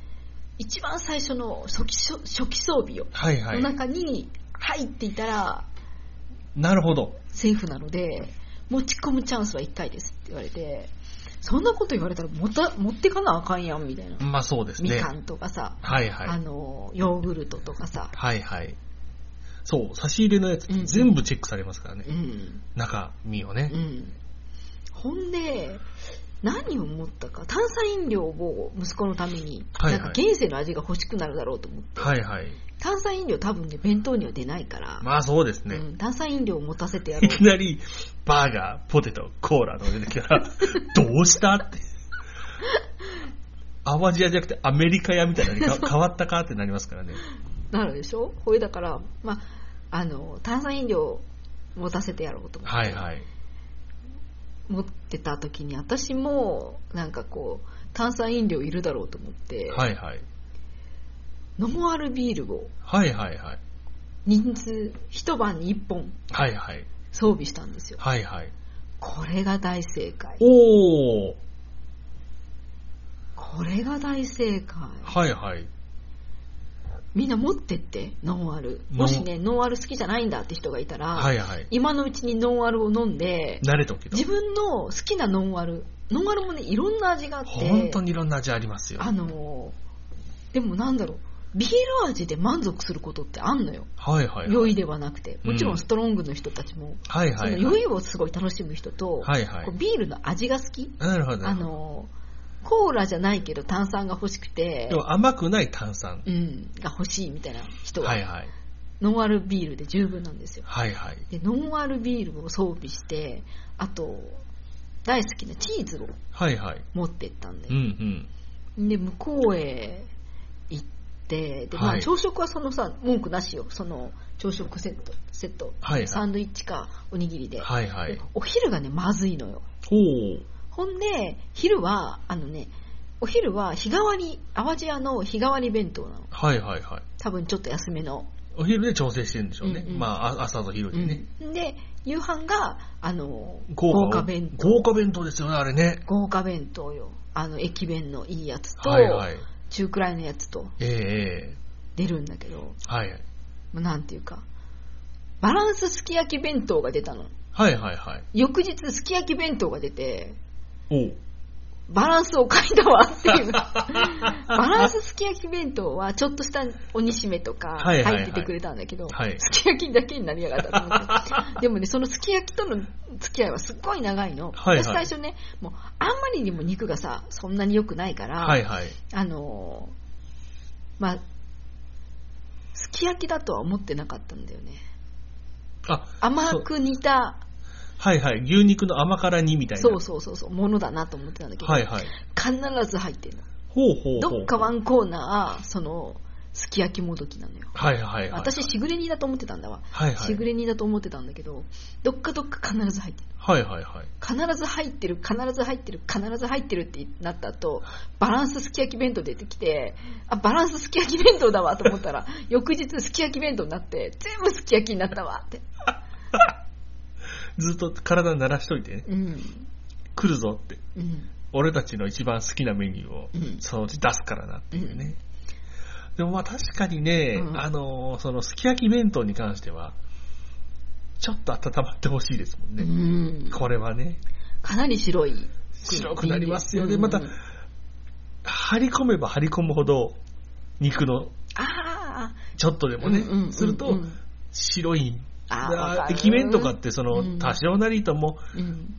一番最初の初期初初期装備を、
はいは
の
い。
中に入っていたら
なるほど。
セーフなので持ち込むチャンスは1回ですって言われてそんなこと言われたら持た持ってかなあかんやんみたいな、
まあそうです
み
ね。
かんとかさ、
はいはい。
あのヨーグルトとかさ、
はいはい。そう、差し入れのやつ、
うん
全部チェックされますからね。
うん
中身をね
う。ん、ほんで何を思ったか炭酸飲料を息子のために、
はいはい
なんか現世の味が欲しくなるだろうと思って
はいはい。
炭酸飲料多分ね弁当には出ないから、
まあそうですね。
うん、炭酸飲料を持たせてやろ
いき
う
なり、バーガー、ポテト、コーラの出てきたら、どうしたって。淡路屋じゃなくてアメリカ屋みたいなのにか変わったかってなりますからね。
なるでしょほいだから、まあ、あの炭酸飲料を持たせてやろうと思って、
はいはい。
持ってた時に私もなんかこう炭酸飲料いるだろうと思って、
はいはい。
ノンアルビールを
はいはいはい。
人数一晩に1本
はいはい。
装備したんですよ
はいはい。
これが大正解
おー。
これが大正解
はいはい。
みんな持ってってノンアル
ノン
もしねノンアル好きじゃないんだって人がいたら、
はいはい。
今のうちにノンアルを飲んで
慣れとけど
自。分の好きなノンアルノンアルもねいろんな味があって
本当にいろんな味ありますよ。
あのでもなんだろうビール味で満足することってあんのよ
はいはい。
酔いではなくて
うん
もちろんストロングの人たちも、
はいはいはい。
その酔いをすごい楽しむ人と、
はいはい
こうビールの味が好き、
なるほど。
あのコーラじゃないけど炭酸が欲しくて
で、も甘くない炭酸。
うん、が欲しいみたいな人は、
はいはい。
ノンアルビールで十分なんですよ
はいはい。
でノンアルビールを装備してあと大好きなチーズを
はいはい。
持ってったんで
うんうん。
で向こうへ行ってで、ま
は
あ、
い
朝食はそのさ文句なしよその朝食セットセット、
はいはい
サンドイッチかおにぎりで,、
はいはい
で。お昼がねまずいのよ
おー。
ほんで昼はあのねお昼は日替わり淡路屋の日替わり弁当なの
はいはいはい。
多分ちょっと安めの、
お昼で調整してるんでしょうね。
うんうん
まあ、あ朝と昼にね。
うんで夕飯があの
豪華
豪華弁当
豪華弁当ですよね、あれね。
豪華弁当よあの駅弁のいいやつと、
はいはい。
中くらいのやつと
えええ
出るんだけど
えはい。
まあなんていうか、バランスすき焼き弁当が出たの。
はいはいはい。
翌日すき焼き弁当が出て、
おう
バランスを変えたわって
[LAUGHS]
いう。バランスすき焼き弁当はちょっとしたおにしめとか
はいはいはい
入っててくれたんだけど、
はい
すき焼きだけになりやがったと思
[LAUGHS]
って。でもね、そのすき焼きとの付き合いはすっごい長いの。
はいはい
私最初ね、もうあんまりにも肉がさ、そんなに良くないから、
はいはい。
あのーまあ、すき焼きだとは思ってなかったんだよね。
あ、
甘く煮た
はいはい。牛肉の甘辛煮みたいな。
そうそうそうそうものだなと思ってたんだけど、
はいはい。
必ず入ってるの
ほうほうほう。
どっかワンコーナーそのすき焼きもどきなのよ
はいはいはい。
私しぐれ煮だと思ってたんだわ、
はいは
しぐ
い。
れ煮だと思ってたんだけどどっかどっか必ず入ってる
はいはいはい。
必ず入ってる必ず入ってる必ず入ってるってなった後バランスすき焼き弁当出てきてあバランスすき焼き弁当だわと思ったら [LAUGHS] 翌日すき焼き弁当になって全部すき焼きになったわって
ずっと体鳴らしといてね。
うん
来るぞって。
うん
俺たちの一番好きなメニューを
うん
そのうち出すからなっていうね。でもまあ確かにね、
うん
あのー、そのすき焼き弁当に関しては、ちょっと温まってほしいですもん
う
ね。
ん
これはね、
かなり白い
白くなりますよね。
うん
また、張り込めば張り込むほど、肉の
あ
ちょっとで
あ、
もね
うんうんうんうん、
すると、白い。
あーわ
だ
かる
駅弁とかって、そうの、
ん
多少なりとも、
うん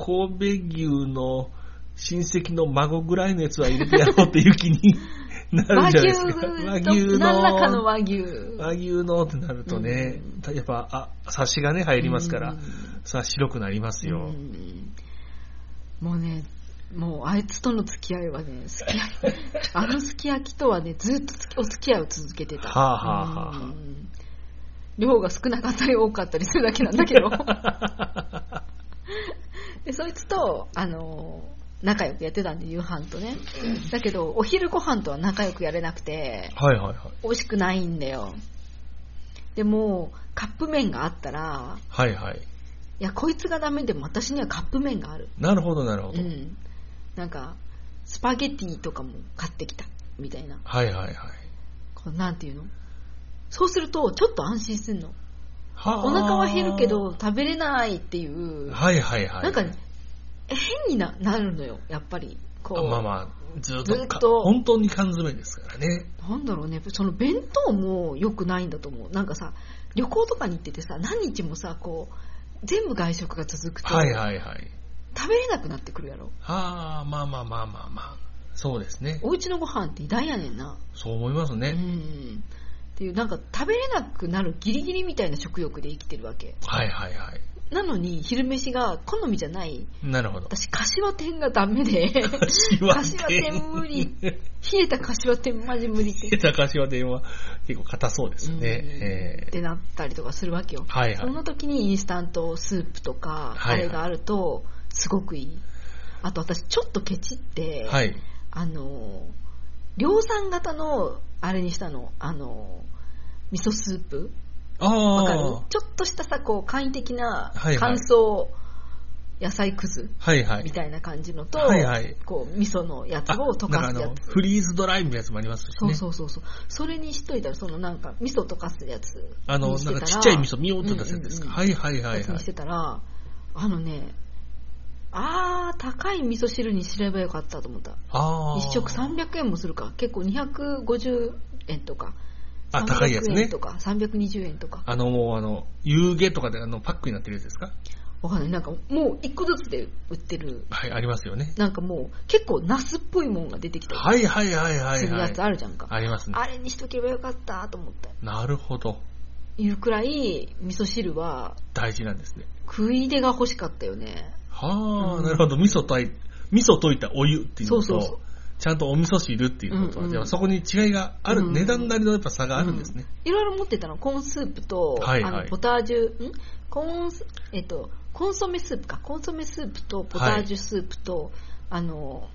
神戸牛の親戚の孫ぐらいのやつは入れてやろうっていう気になる
和
んじゃ
牛
ないですか。
[LAUGHS] と何らかの
和
和牛
牛のってなるとね、やっぱ、あ、サシがね、入りますから、
うん
さあ白くなりますよ。
うんもうねもうあいつとの付き合いはねすき焼きあのすき焼きとはねずっとつきお付き合いを続けてた、
はあはあはあはあ
うん量が少なかったり多かったりするだけなんだけ
[LAUGHS]
どでそいつとあの仲良くやってたんで夕飯とねだけどお昼ご飯とは仲良くやれなくて
はいはいはい。
美味しくないんだよでもカップ麺があったら
はいはい。
いやこいつがダメでも私にはカップ麺がある
なるほどなるほ
う
ど。
んなんかスパゲティとかも買ってきたみたいな
はいはいはい。
こうなんていうのそうするとちょっと安心するの
はあ
お腹は減るけ、ど食べれないっていう、
はいはいはい。
なんかね変にななるのよやっぱりこ
あ
う
まあまあ、ずっと
ずっ
か
と
本当に缶詰ですからね。
なんだろうね、その弁当も良くないんだと思う。なんかさ、旅行とかに行っててさ、何日もさ、こう、全部外食が続くと、
はいはいはい。
食べれなくなってくるやろ。
ああ、まあまあまあまあまあ。そうですね。
お家のご飯って偉大やねんな。
そう思います
う
ね。
ん。っていう、なんか食べれなくなるギリギリみたいな食欲で生きてるわけ。
はいはいはい。
なのに、昼飯が好みじゃない。
なるほど。
私、柏天がダ
[LAUGHS]
メで、
柏
柏天
[LAUGHS]
無理
冷
冷えた柏天マジ無理って
え。た柏天は結構硬そうです
うん
ね。
っ
え
てなったりとかするわけよ。
ーはいは
そ
い。
の時にインスタントスープとか、
は
あ
いはい
れがあると、すごくいい。あと私、ちょっとケチって、
はい。
あの、量産型の、あれにしたの、あの、味噌スープ
ああ
わかるちょっとしたさ、こう、簡易的な
はいはい
乾燥野菜くず
はいはい
み。たいな感じのと、
はいはい
こう味噌のやつ
あ
を溶かす
なんか
や
あの
つ
フリーズドライみたいなやつもありますしね。
そうそうそうそうそれにしといたらそのなんか味噌溶かすやつ
あの、
にし
な
て
んか
た
らちっちゃい味噌、みようって出すやつですか。
うんうんうん
はいはいはい
やつ
は
にして
い。
たらあのねあー高い味噌汁にすればよかったと思った
ああ。
1食300円もするか結構250円とか
あ、高いやつ
300円
ね
と。か320円とか
あの、もうあの、湯気とかであのパックになってるやつですか
わかんないなんかもう1個ずつで売ってる
はい、ありますよね。
なんかもう結構ナスっぽいもんが出てきたり
はいはいはいは
す
い
る
は
や
い
つ。あるじゃんか、
ありますね。
あれにしとけばよかったと思って
なるほど。
いうくらい味噌汁は
大事なんですね。
食い出が欲しかったよね
はあ、
うん
なるほど。味噌とい、味噌溶いたお湯っていうのと、
そうそうそう
ちゃんとお味噌汁っていうことは、
うんうん
やっぱそこに違いがある、
うん
値段なりのやっぱ差があるんですね。
いろいろ持ってたのコーンスープと、
はいはい
あのポタージュんコーンスえっとコンソメスープかコンソメスープとポタージュスープと、あの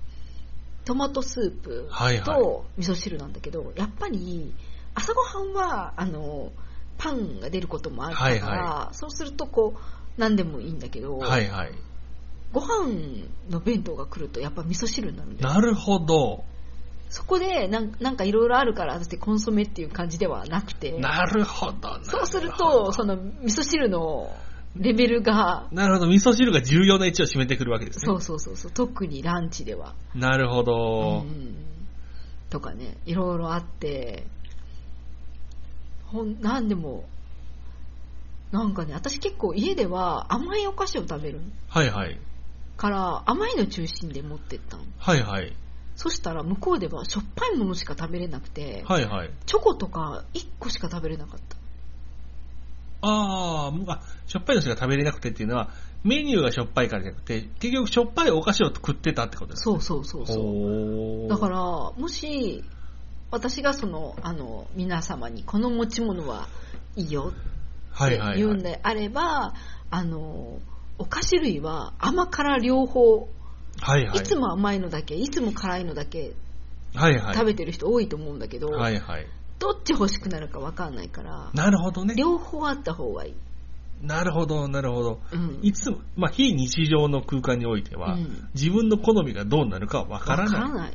トマトスープ
はいはい
と味噌汁なんだけど、やっぱり朝ごはんはあのパンが出ることもあるから、
はいは
そうするとこう何でもいいんだけど、
はいはい。
ご飯の弁当が来るとやっぱ味噌汁になるんだよ
なるほど。
そこでなんなんかいろいろあるから私コンソメっていう感じではなくて
なるほど。
そうする
なほ
と、その味噌汁のレベルが、
ど、なるほど。味噌汁が重要な位置を占めてくるわけですね。
そうそうそうそう、特にランチでは。
なるほど。
うんとかね、いろいろあって、ほん、なんでも、なんかね、私結構家では甘いお菓子を食べる
はいはい。
から、甘いの中心で持ってったの。
はいはい。
そしたら向こうではしょっぱいものしか食べれなくて、
はいはい。
チョコとか1個しか食べれなかった。
あーあ、しょっぱいのしか食べれなくてっていうのは、メニューがしょっぱいからじゃなくて、結局しょっぱいお菓子を食ってたってことです
そうそうそうそう。
そう
だから、もし、私がその、あの、皆様に、この持ち物はいいよっ
は
て
いはい
言う
は
ん
い。
であれば、あの、お菓子類は甘辛両方、
はいはい
い、つも甘いのだけ、いつも辛いのだけ
はいはい。
食べてる人多いと思うんだけど、
はいはい。
どっち欲しくなるか分かんないから、
なるほどね。
両方あった方がいい。
なるほど、なるほど。
うん。
いつも、まあ、非日常の空間においては、
うん
自分の好みがどうなるかはわから
わ
ない。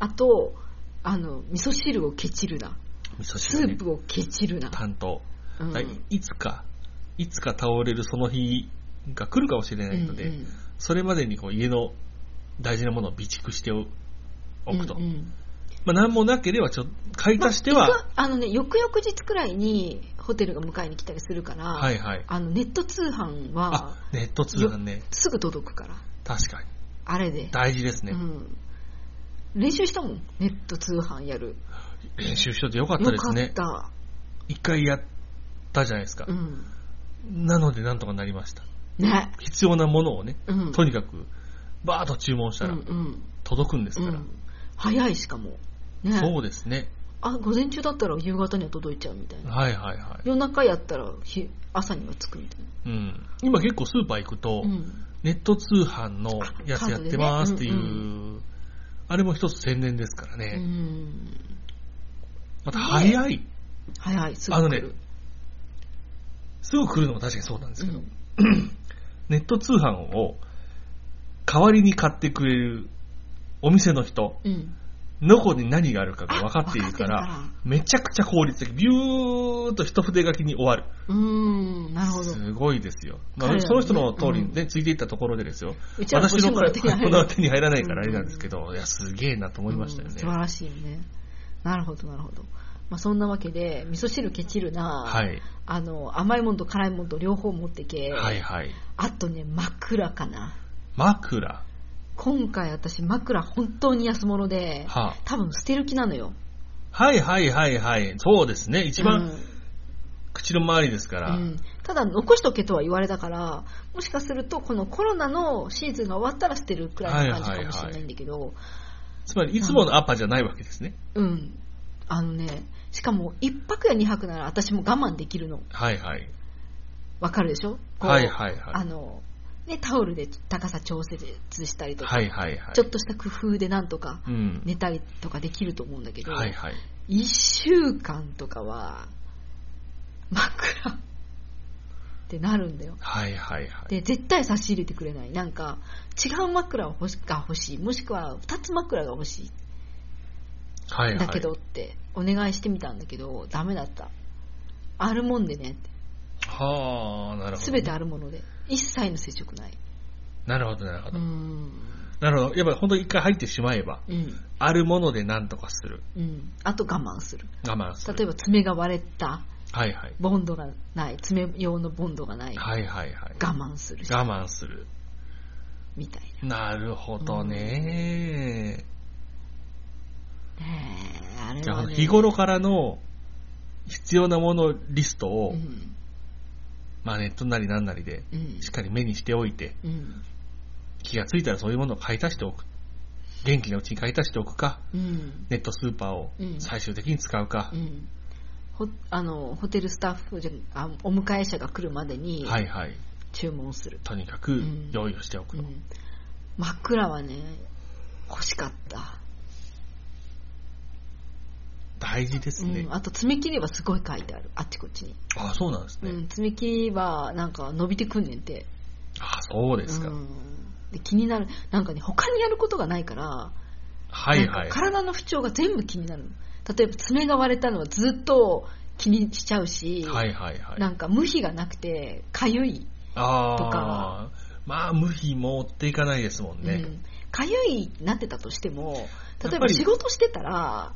あと、あの、味噌汁をケチるな。
味噌
ス
汁、ね
ー、プをケチるな。
担当、
うん
だいいつか、いつか倒れるその日が来るかもしれないので、
うんうん
それまでにこう家の大事なものを備蓄しておくと。
うんうん
まあ、何もなければ、ちょっと、買い足して
まあい
は
く、あのね、翌々日くらいにホテルが迎えに来たりするから、
はいはい。
あのネット通販は
あ、ネット通販ね、
すぐ届くから、
確かに。
あれで。
大事ですね。
うん、練習したもん、ネット通販やる。
練習しといてよかった
よ
で
か
す
っ
ね。
た。
一回やったじゃないですか。
うん、
なので、なんとかなりました。
ね。
必要なものをね、
うん、
と
に
にかく、バーッと注文したら
うん、うん
届くんです
う
から。
ん、早いしかも。ね。
そうですね。
あ、午前中だったら夕方には届いちゃうみたいな。
はいはいは
夜中やったら日朝には着くみたいな。
い。うん。今結構スーパー行くと、
うん、
ネット通販のやつやってますっていう、
あカードでね
あれも一つ宣伝ですから
う
ね。
ん。
また早い。
早い、す
あの
ぐ来
ね
る。、
すぐ来るのも確かにそうなんですけど、
うん
ネット通販を代わりに買ってくれるお店の人、
うん。
どこに何があるかが分かっているか
あ分
ら、
かってるか
めちゃくちゃ効率的。ビューっと一筆書きに終わる。
うーん、なるほど。
すごいですよ。まあ、
彼らもね
その人の通りにね、ついていったところでですよ。
うちは
私の
欲しいも
この
の手に入らない
手に入らないからあれなんですけど、いや、すげえなと思いましたよ
うん
ね
素。晴らしいよね。なるほど、なるほど。まあ、そんなわけで、味噌汁ケチるな、
はい。
あの、甘いもんと辛いもんと両方持ってけ、
はいはい。
あとね、枕かな。
枕。は
今回私、枕本当に安物で、
あ
多分捨てる気なのよ。
はいはいはいはい。そうですね。一
うん
番口の周りですか
う
ら。
んただ、残しとけとは言われたから、もしかすると、このコロナのシーズンが終わったら捨てるくらいの感じかもしれないんだけど、
つまり、いつものアパじゃないわけですね。
うん。あのね、しかも、1泊や2泊なら私も我慢できるの。
はいはい。
わかるでしょこう
はいはいは
あ
い。
の、ね、タオルで高さ調節したりとか、
はいはいはい。
ちょっとした工夫でなんとか
うん。
寝たりとかできると思うんだけど、
はいはい。
1週間とかは、枕でってなるんだよ。
はいはいはい。
で、絶対差し入れてくれない。なんか、違う枕を欲しが欲しい。もしくは、二つ枕が欲し
はいはい
い。。だけどって、お願いしてみたんだけど、ダメだった。あるもんでねって。
はあ、なるほど。
すべてあるもので。一切の接触ない。
なるほど、なるほ
う
ど。
ん。
なるほど。やっぱり本当に一回入ってしまえば、
うん。
あるもので何とかする。
うん。あと我慢する。
我慢する。
例えば、爪が割れた。
はいはい。
ボンドがない。爪用のボンドがない。我
はいはいはい。
慢するし。
我慢する。
みたい
なるほどね。
な。ねえ、あれ
じゃ
は、
あ
ね。
日頃からの必要なものリストを、
うん。
まあネットなりなんなりで、
うん
しっ。かり目にしておいて、
うん。
気がついたらそういうものを買い足しておく。元気なうちに買い足しておくか、
うん。
ネットスーパーを
うん
最終的に使うか
う。んほあのホテルスタッフじゃあお迎え者が来るまでに
はいはい。
注文する、
とにかく
ん
用意をしておく
う
と。
ん枕はね欲しかった、
大事ですね
うん、。あと爪切りはすごい書いてあるあっちこっちに、
あそうなんです
う
ね。
ん、爪切りはなんか伸びてくんねんて
あそうですか。
うん、で気になるなんかね他にやることがないから
はいは
なん
い。
か体の不調が全部気になるの例えば爪が割れたのはずっと気にしちゃうし、
はいはいはい。
なんか無比がなくてかゆい
あ
と
あ
か
まあ、無比持っていかないですもんね。
かゆいなってたとしても例
や
え
っぱ
ば
り
仕事してたら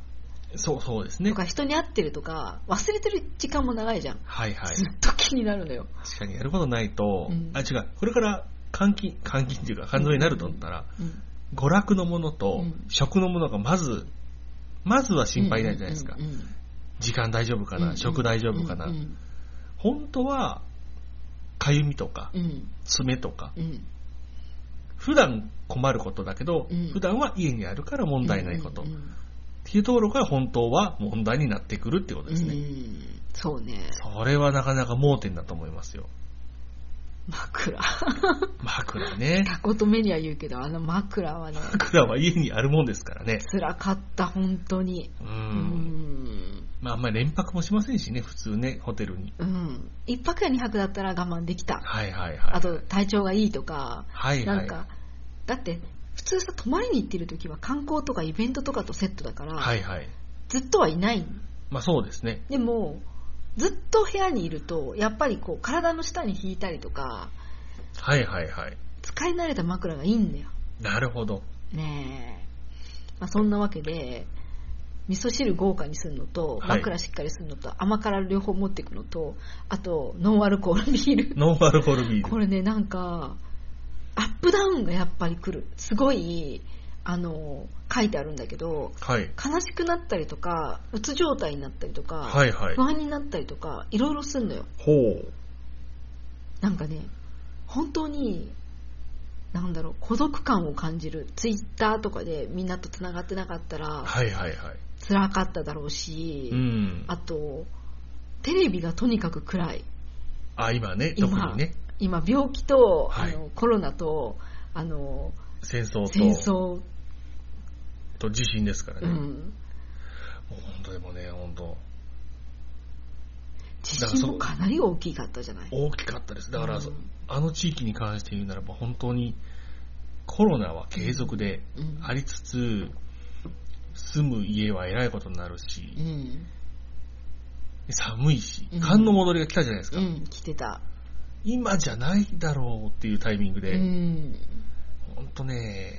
そうそうですね
と。か人に会ってるとか忘れてる時間も長いじゃん、
はいはい。
ずっと気になるのよ
確かにやることないと、
うん
あ、違う。これから換気、換気っていうか、肝臓になると思ったら、
うん
娯楽のものと
うん
食のものがまず、まずは心配ないじゃないですか。
うんうんうん
時間大丈夫かな、
うん
食大丈夫かな。
うん
本当は、かゆみとか
う、ん
爪とか、
うん
普段困ることだけど、
うん
普段は家にあるから問題ないこと。
うんう
っ
ん
ていうところが本当は問題になってくるってことですね。
うんそうね
それはなかなか盲点だと思いますよ。
枕 [LAUGHS]
枕ね。
タコと目には言うけどあの枕はね
枕は家にあるもんですからね。
辛かった本当に
う。
うんん
まああんまり連泊もしませんしね、普通ね、ホテルに。
うん1泊や2泊だったら我慢できた
はいはいはい。
あと、体調がいいとか
はいはい。
なんか、だって、普通さ、泊まりに行ってる時は観光とかイベントとかとセットだから、
はいはい。
ずっとはいない。
まあそうですね。
でも、ずっと部屋にいると、やっぱりこう、体の下に引いたりとか、
はいはいはい。
使い慣れた枕がいいんだよ。
なるほど。
ねえ。まあ、そんなわけで、味噌汁豪華にするのと、
はい
枕しっかりするのと、甘辛両方持っていくのと、あと、ノンアルコールビール。
ノンアルコールビール。
これね、なんか、アップダウンがやっぱり来る。すごい、あの、書いてあるんだけど、
はい。
悲しくなったりとか、うつ状態になったりとか、
はいはい
不。安になったりとか、いろいろすんのよ。
ほう。
なんかね、本当に、なんだろう、孤独感を感じる。ツイッターとかでみんなと繋がってなかったら、
はいはいはい。
辛かっただろうし、
うん。
あと、テレビがとにかく暗い。
あ、今ね、特
今
にね、
今病気と、
はい
あのコロナとあの
戦争と
戦争、
と地震ですから
う、
ね。もうん本当でもね、本当
地
だからそ
震もかなり大きかったじゃない。
大きかったです。だから、
うん
あの地域に関して言うならば、本当にコロナは継続で
うん
ありつつ、住む家はえらいことになるし
う、ん、
寒いし
うん、
寒の戻りが来たじゃないです
う
か。
ん、来てた。
今じゃないだろうっていうタイミング
う
で、
ん、
本当ね、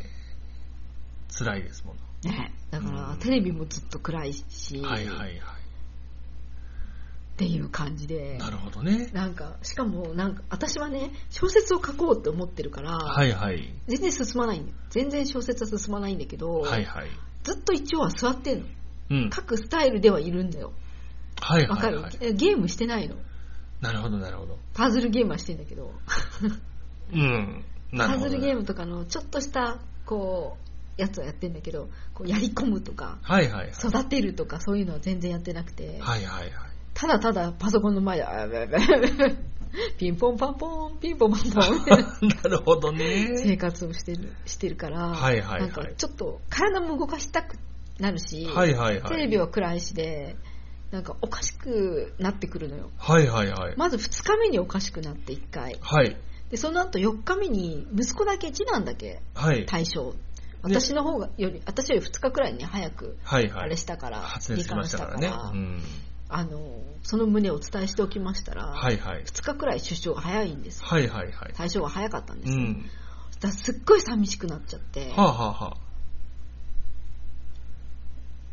辛いですもの。
ね、だから、
うん
テレビもずっと暗いし、
はいはいは
っていう感じで
い。な。るほどね。
なんかしかもなんか私はね小説を書こうって思ってるから、
はいはい。
全然進まないんだよ全然小説は進まないんだけど、
はいはい。
ずっと一応は座ってんの
うん。
書くスタイルではいるんだよ
はい
わか
はい
る、
はい。
えゲームしてないの
なるほどなるほど。
パズルゲームはしてんだけど
うん。なる
パ
ほど。
ズルゲームとかのちょっとしたこうやつをやってんだけどこうやり込むとか
はいはいはい。
育てるとかそういうのは全然やってなくて、
はいはいはい。
[LAUGHS] ただただパソコンの前であべべべピンポンパンポンピンポンパンポン
なるほどね。
生活をしてるしてるから、
はいはいはい
なんかちょっと体も動かしたくなるし、
はいはいはい。
テレビは暗いしでなんかおかしくなってくるのよ
はいはいはい。
まず2日目におかしくなって1回
はい。
でその後4日目に息子だけ次男だけ
はい。
対象私の方がより私より2日くらいに早く
はいは
あ
い
れ。したから、
発熱しましたから
罹
ね。
患したから
うん。
あのその旨をお伝えしておきましたら、
はいはい。
2日くらい出生が早いんです
はいはいはい。
対象が早かったんで
う
す、だ
ん。
からすっごい寂しくなっちゃって、
はあはあはあ。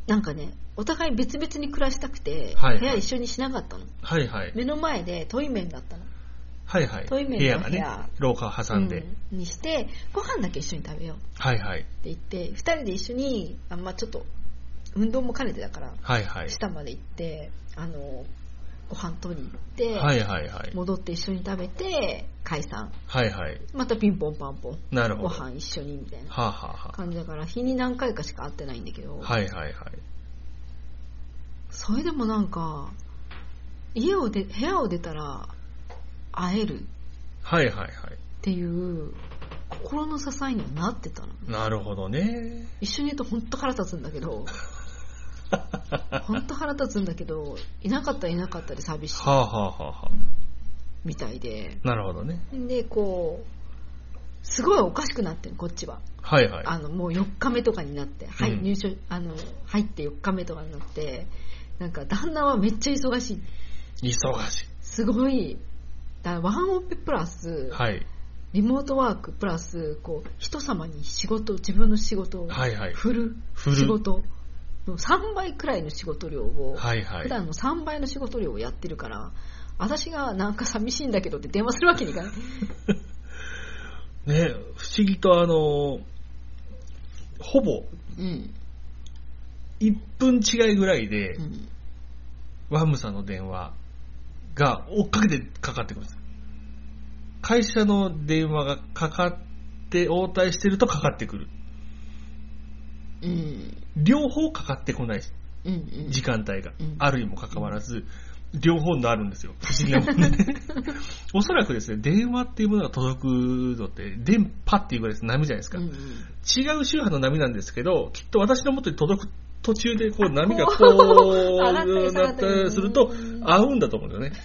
なんかねお互い別々に暮らしたくて、
はいはい
部屋一緒にしなかったの
はいはい。
目の前でトイメンだったの
はいはい。
トイ
部
メ
屋
ンの
が
部
ね
屋、
廊下挟んで。
うんにしてご飯だけ一緒に食べようって
はいはい。
言って2人で一緒にあんまあちょっと運動も兼ねてだから
はいはい。
下まで行ってあのご飯取りに行って、
はいはいはい。
戻って一緒に食べて解散
はいはい。
またピンポンパンポン
なるほ
ご
ど。
飯一緒にみたいな
はあはあは
感じだから日に何回かしか会ってないんだけど、
あ。はいはいはい。
それでもなんか家をで部屋を出たら会えるっ
はいはいは
ていう心の支えにはなってたの
い。なるほどね。
一緒にいると本当腹立つんだ
[LAUGHS]
けど本当腹立つんだけどいなかったらいなかったで寂しい
はあはあはあは
みたいで
あ。なるほどね。
でこうすごいおかしくなってるこっちは
はいはい。
あのもう4日目とかになって、はい
うん
入所あの入って4日目とかになってなんか旦那はめっちゃ忙しい
忙し
すごいだワンオペプラス
い。はい。
リモートワークプラスこう人様に仕事自分の仕事を
はいはい。
振る
振る
仕事の3倍くらいの仕事量を、
はいは
普
い。
段の3倍の仕事量をやってるから私がなんか寂しいんだけどって電話するわけにいかない
ね、不思議とあの、ほぼ
うん、
1分違いぐらいで
う、ん、
ワムさんの電話が追っかけてかかってくるんです。会社の電話がかかって、応対してるとかかってくる。
うん
両方かかってこない
うんうん
時間帯が
うん
あるにもかかわらず、両方になるんですよ。不思議なもん
[LAUGHS]
でね。おそらくですね、電話っていうものが届くのって、電波っていうぐらいです波じゃないですか。
うん
違う周波の波なんですけど、きっと私の元に届く途中で、こう波がこ
こう
う、
上がったり下が
な
っ
ったた
り
りすると、合うんだと思うん
[LAUGHS]
だよね。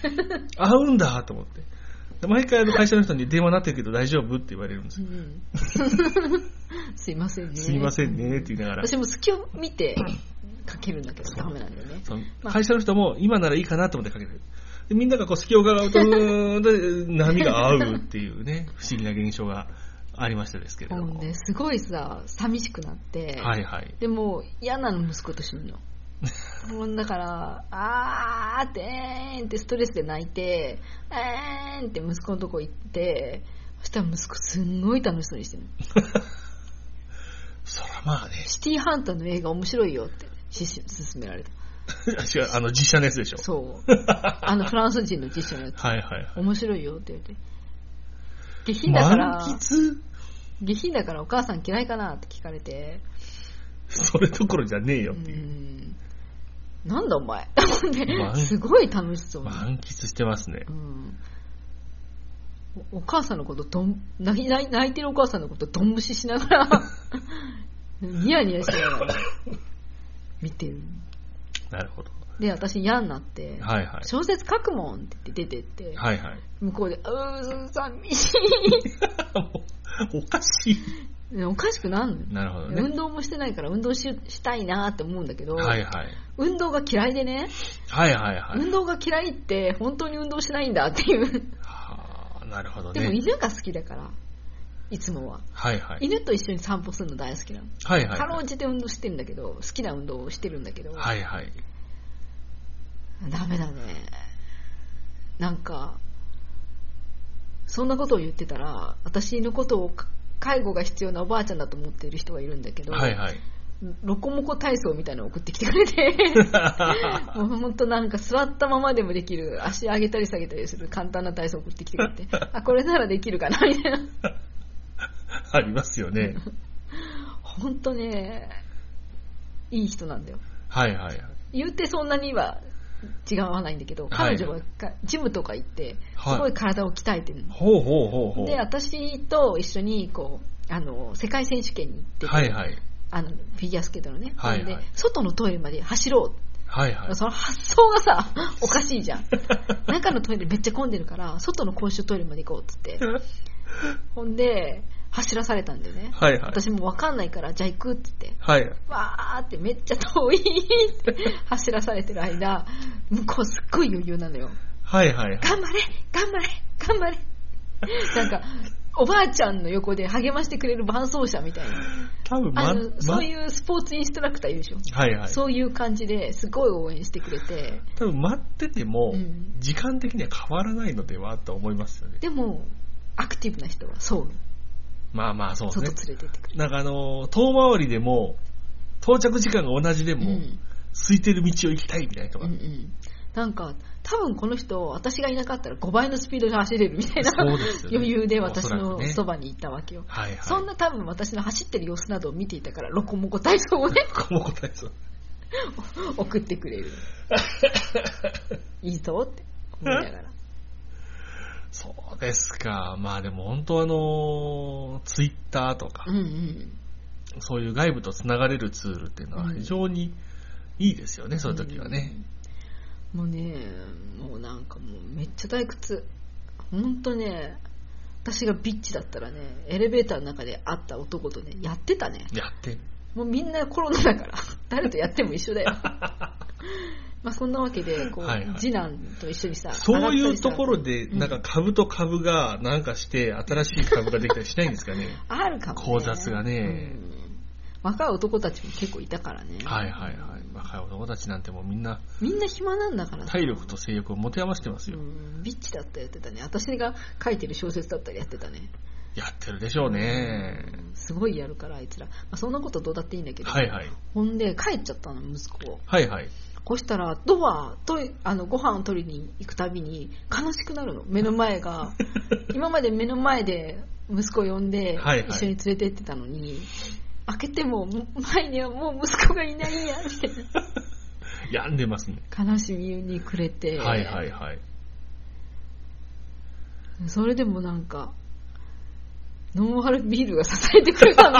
合うんだと思って。で毎回あの会社の人に電話なってるけど大丈夫って言われるんです
う
よ。
んすいませんね
すいませんねって言いながら。
私も隙を見てかけるんだけどダメなんだよね
その
まあ
会社の人も今ならいいかなと思ってかけてる。でみんながこう隙を伺うと、うーん
[LAUGHS]
で、波が合うっていうね、不思議な現象がありましたですけれど
も
も。
うねすごいさ寂しくなって、
はいはい。
でも嫌なの息子と死
[LAUGHS]
ぬのもうだからあーってえーんってストレスで泣いてえーんって息子のとこ行ってそしたら息子すんごい楽しそうにしてるの
そらまあね、 [LAUGHS]
シティーハンターの映画面白いよってしし勧められた
違う、あの、実写のやつでしょ。
そう
[LAUGHS]
あのフランス人の実写のやつ
はいはいはい。
面白いよって言って下品だから
満喫
下品だからお母さん嫌いかなって聞かれて
[LAUGHS] それどころじゃねえ
う
よっていう。
んなんだお前
満
[LAUGHS] すごい楽しそうに、
満喫してます
[LAUGHS]
ね
う。ん、おお母さんのことどん泣き泣い泣いてるお母さんのことどん無視しな
[LAUGHS]
がらニヤニヤしながら見てる
なるほど。
で私嫌になって、
はいはい。
小説書くもんって言って出てって、
はい
[LAUGHS]
はい。
向こうで「うー
[LAUGHS]
寂し
もうおかしい。
い」おかしくなんのよ
なるほどね。
運動もしてないから運動ししたいなって思うんだけど、
はいはい。
運動が嫌いでね、
はいはいはい
運。動が嫌いって本当に運動しないんだっていう
はあ、なるほど
でも
ね。
犬が好きだからいつもは、
はいはい。
犬と一緒に散歩するの大好きなの、
はいはい。
かろうじて運動してるんだけど好きな運動をしてるんだけど、
はいはい。
ダメだねなんかそんなことを言ってたら私のことをか介護が必要なおばあちゃんだと思っている人がいるんだけど、
はい
[LAUGHS]
はい。
ロコモコ体操みたいなの送ってきてく
[LAUGHS]
れてもう本当なんか座ったままでもできる足上げたり下げたりする簡単な体操送ってきてくれてあこれならできるかなみたいな
ありますよね。
本当ねいい人なんだよ
はいはいはい。
言うてそんなには違わないんだけど
はい
彼女はかジムとか行ってす
はい
ごい体を鍛えてるの、
ほうほうほうほう。
で私と一緒にこうあの世界選手権に行ってて、
はいはい。
あのフィギュアスケートのね、
はいはい
なんで外のトイレまで走ろう
はいはい。
その発想
[LAUGHS]
がさ、おかしいじゃん。中のトイレめっちゃ混んでるから、外の公衆トイレまで行こうっ
[LAUGHS]
つって。ほんで、走らされたんだよね。
はいはい。
私もわかんないから、じゃあ行くっつって。
はい。
わーってめっちゃ遠いって走らされてる間、向こうすっごい余裕なのよ。
はいはい。
頑張れ頑張れ頑張れなんか、おばあちゃんの横で励ましてくれる伴走者みたいな。
多分ま、ま
あの、そういうスポーツインストラクターいるでしょ。
はいはい。
そういう感じですごい応援してくれて、
多分待ってても
うん、
時間的には変わらないのではと思いますよね。
でも、アクティブな人はそう、
まあまあ、そう
外
ね
連。れてってくれる。
なんかあの、遠回りでも、到着時間が同じで
う
も、
ん
空いてる道を行きたいみたいな人
う
が
んう。ん、なんか、多分この人、私がいなかったら5倍のスピードで走れるみたいな
そうですよね
余裕で私
おそらく
の
ね
そばにいたわけよ。
はいはい。
そんな多分私の走ってる様子などを見ていたから、ロコモコ体操を
[LAUGHS]
ね、
こも答えそう。
送ってくれる。いいぞって思いな
[LAUGHS]
がら。
そうですか。まあでも本当あの、ツイッターとか
うん、うん。
そういう外部とつながれるツールっていうのは非常にいいですよね、そういう時はね。
うん。もうね、もうなんかもうめっちゃ退屈。ほんとね、私がビッチだったらね、エレベーターの中で会った男とね、やってたね。
やって。
もうみんなコロナだから、 [LAUGHS] 誰とやっても一緒だよ。
[LAUGHS]
まあそんなわけで、こう、
はいはい
次男と一緒にさ、
そうい
洗ったり
う
さ
ところで、
うん
なんか株と株がなんかして、新しい株ができたりしないんですかね。
あるかも、ね。
交雑がね
うん。若い男たちも結構いたからね。
[LAUGHS] はいはいはい。若い男たちなんてもうみんな
みんな暇なんだからさ
体力と性欲を持て余してます
う
よ。
ん、ビッチだったりやってたね。私が書いてる小説だったりやってたね。
やってるでしょうね。
すごいやるから、あいつら。まあ、そんなことどうだっていいんだけど。
はいはい。
ほんで、帰っちゃったの、息子を。
はいはい。
こうしたら、ドア、トイあの、ご飯を取りに行くたびに、悲しくなるの。目の
[LAUGHS]
前が。今まで目の前で息子を呼んで、
はいはい
一緒に連れて行ってたのに、開けても、前にはもう息子がいないんや、みたい
病んでますね。
な。悲しみに暮れて。
はいはいはい。
それでもなんか、ノンアルビールが支えて
[LAUGHS]
くれたの。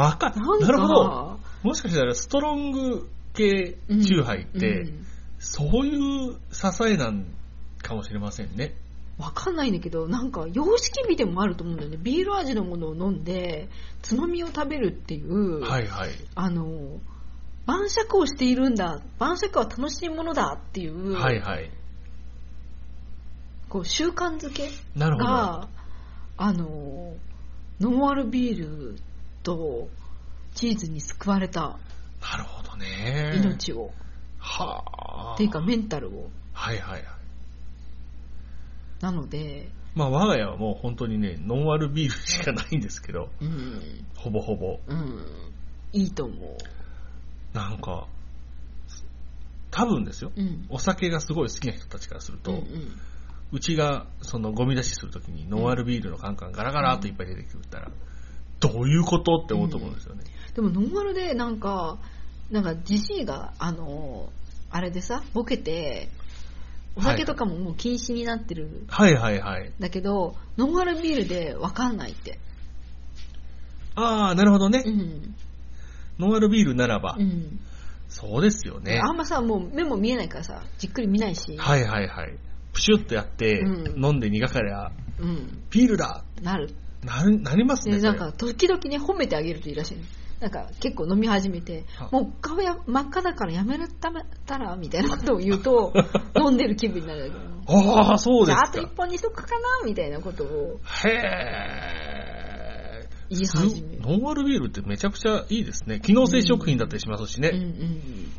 わかっ
なんか
なるほど。もしかしたらストロング系チューハイって、
うん
そういう支えなんかもしれませんね。
わかんないんだけど、なんか、様式美でもあると思うんだよね。ビール味のものを飲んで、つまみを食べるっていう、
はいはい。
あの、晩酌をしているんだ、晩酌は楽しいものだっていう、
はいはい。
こう習慣づけ
なるほど。
が、あの、ノンアルビールとチーズに救われた
なるほどね。
命を、
はあ。
っていうかメンタルを。
はいはいはい。
なので、
まあ我が家はもう本当にね、ノンアルビールしかないんですけど、 [LAUGHS]
うん、
ほぼほぼ。
うん、いいと思
なんか、多分ですよ。
う。うん。
お酒がすごい好きな人たちからすると、
う
うん
うん
ちがそのゴミ出しするときにノンアルビールのカンカンガラガラっといっぱい出てくるったら、どういうことって思うと思うんですよね。
でもノンアルでなんか、なんかじじいが、あの、あれでさ、ボケて、お酒とかももう禁止になってる。
はいはいはい。
だけど、ノンアルビールでわかんないって。
ああ、なるほどね
う。ん。
ノンアルビールならば、
うん。
そうですよね。
あんまさ、もう目も見えないからさ、じっくり見ないし、
はいはいはい。プシュッとやって、
うん
飲んで苦かりゃ、
うん。
ビールだ
なる。
なるなりますね。
で、
そ
な
れ
んか、時々ね、褒めてあげるといいらしいのなんか、結構飲み始めて
あ、
もう顔や真っ赤だからやめたら、みたいなことを言う
[LAUGHS]
と、飲んでる気分になるんだけど。
ああ、そう
じ
で
ゃあ、あ
す
と
か
一。本にしとくかなみたいなことを
へえ。
言い始める。
ノンアルビールってめちゃくちゃいいですね。機能性食品だったりしますしね。
うんうんうん。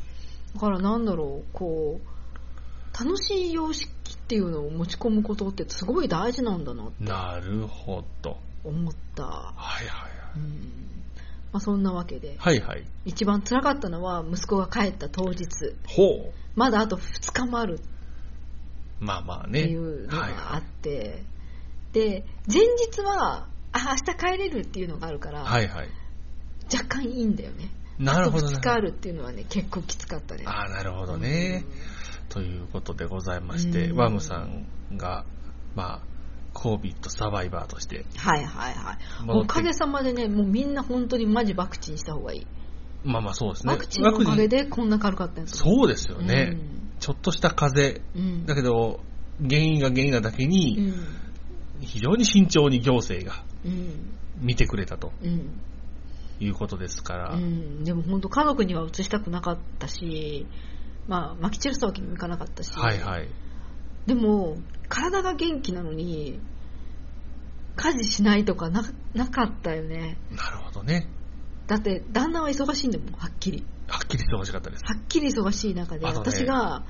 だからなんだろう、こう、楽しい様式っていうのを持ち込むことってすごい大事なんだなって
なるほど。
思った。
はいはい
うん。まあそんなわけで、
はい。はいはい。
一番辛かったのは息子が帰った当日。
ほう。
まだあと2日もあるっ
まあまあ
て
ね。
いうの
はい
があ
は
って、で、前日は、あ、明日帰れるっていうのがあるから、
い。はいはい。
若干いいんだよね。
なるほど
あと
ね
2。日あるっていうのはね、結構きつかったね。
ああ、なるほどね。ということでございまして、
うん
ワムさんが、まあ、COVID サバイバーとして、
はいはいはい。
戻って
おかげさまでね、もうみんな本当にマジワクチンした方がいい。
まあまあそうですね。
ワクチンのおかげ
ワクチン
でこんな軽かったんですう
そうですよね。ちょっとした風
うん。うん
だけど、原因が原因なだけ
う
に、
ん
非常に慎重に行政が
うん
見てくれたと
うん
いうことですから、
うん、でも本当家族には移したくなかったし、まあ、撒き散らすわけにもいかなかったし、
はいはい。
でも体が元気なのに家事しないとかななかったよね
なるほどね。
だって旦那は忙しいんだもんはっきり
はっきりしてほしかったです。
はっきり忙しい中で、
あとね
私が、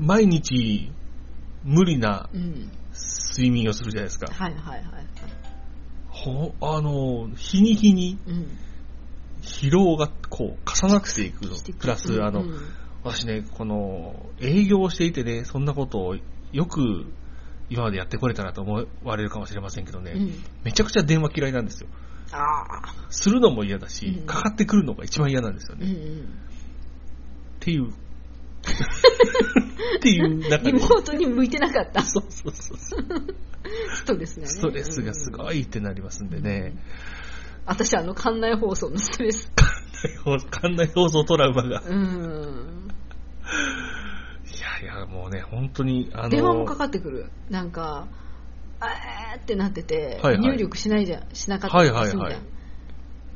毎日、無理な
うん、
睡眠をするじゃないですか。
はいはいはい、
ほあの、日に日に
うん、
疲労がこう重なっていくの
してくる
プラス、あの、
うん
私ね、この、営業をしていてね、そんなことをよく今までやってこれたなと思われるかもしれませんけどね、
うん
めちゃくちゃ電話嫌いなんですよ。
ああ、
するのも嫌だし、
うん
かかってくるのが一番嫌なんですよ
う
ね。
んう
っ
ん、
て
[LAUGHS]
いう。っていう中
リ
で
モ、ートに向いてなかった
そうそうそうそう。
ストレスがね
ストレスがすごいってなりますんでね、
私あの館内放送のストレス
館内放送トラウマが。
うん
いやいや、もうね、本当に、あの、
電話もかかってくるなんかあーってなってて、
はいはい
入力しないじゃんしなかったりとかするじゃん、
はいはいはい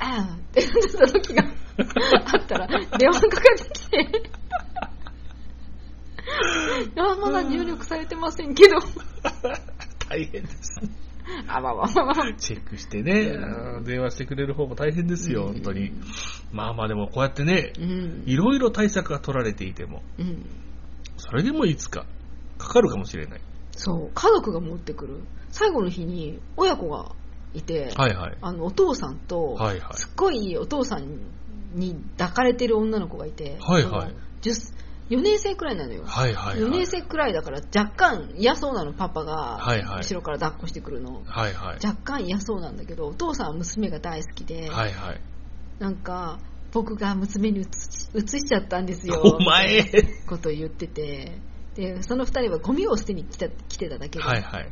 あーってなった時が [LAUGHS] あったら電話かかってきて「あーまだ入力されてませんけど
[LAUGHS] 大変ですね。
あまあまあまあまあ
チェックしてね、あー電話してくれる方も大変ですよ、
うん
本当に。まあまあでもこうやってね
う、ん
いろいろ対策が取られていても、
うん
それでもいつかかかるかもしれない。
そう家族が持ってくる最後の日に親子がいて、
はいはい。
あのお父さんと、
はいはい
すっごいお父さんに抱かれてる女の子がいて、
はいはい
その10 4年生くらいなのよ、
はいはい、はい。
4年生くらいだから若干嫌そうなのパパが
はいはい
後ろから抱っこしてくるの、
はいはい。
若干嫌そうなんだけどお父さんは娘が大好きで、
はいはい。
なんか僕が娘にうつ移しちゃったんですよ
お前
みたいなことを言っててでその2人はゴミを捨てに来た来てただけで、
はいはい。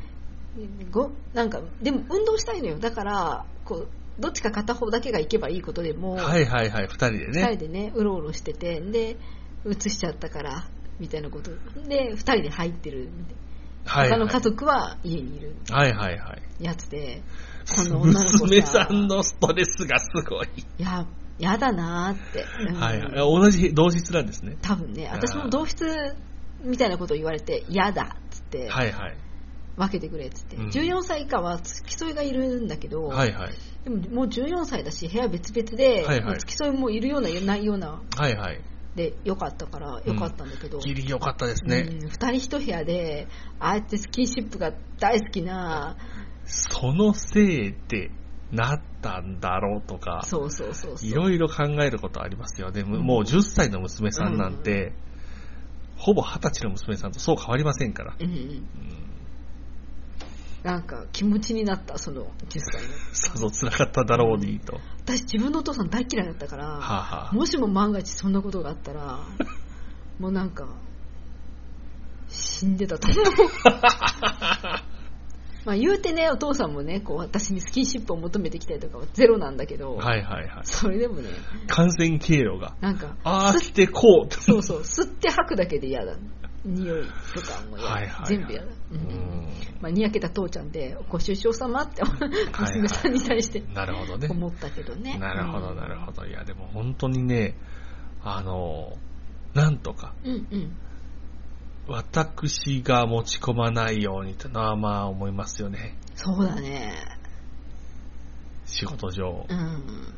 ごなんかでも運動したいのよだからこうどっちか片方だけが行けばいいことでも、
はいはいはい。二人で
2人
ね。
でねうろうろしててで移しちゃったからみたいなことで2人で入ってるみた
は
い
い
他
はい。
の家族は家にいる
はいはいはい。
やつでこの女の子
娘さんのストレスがすごい。
いややだなーって、うん
はいはい。同じ、同日なんですね。
多分ね私も同室みたいなことを言われて嫌だっつって
はいはい。
分けてくれっつって、
うん
14歳以下は付き添いがいるんだけど、
はいはい。
でももう14歳だし部屋別々で、
はいはい
まあ付き添いもいるようないないような
はいはい。
でよかったからよかったんだけど、
ギリ良かったです
う
ね。
ん二人一部屋でああやってスキンシップが大好きな
そのせいでなったんだろうとか、
そうそうそうそう
いろいろ考えることありますよね。む
うん
もう10歳の娘さんなんて、ほぼ20歳の娘さんとそう変わりませんから。
うんうん
うん
なんか気持ちになったその10歳の
さぞ辛かっただろうにと。は
私自分のお父さん大嫌いだったから、
あ、はあ、
もしも万が一そんなことがあったらもうなんか死んでたと思う
[LAUGHS]
まあ言うてねお父さんもねこう私にスキンシップを求めてきたりとかはゼロなんだけど、
はいはいはい。
それでもね
感染経路が。
なんか
ああ、来てこう。
そうそう吸って吐くだけで嫌だ匂いとかも嫌だ、
はいはいはい
全部嫌だ、う
うんん
まあ、にやけた父ちゃんでご愁傷様って娘さんに対して
なるほどね。
思ったけどね
なるほど、なるほど。いや、でも本当にね、あの、なんとか、
どうんうん
私が持ち込まないようにというのはまあ思いますよね。
そうだね
仕事上
う。ん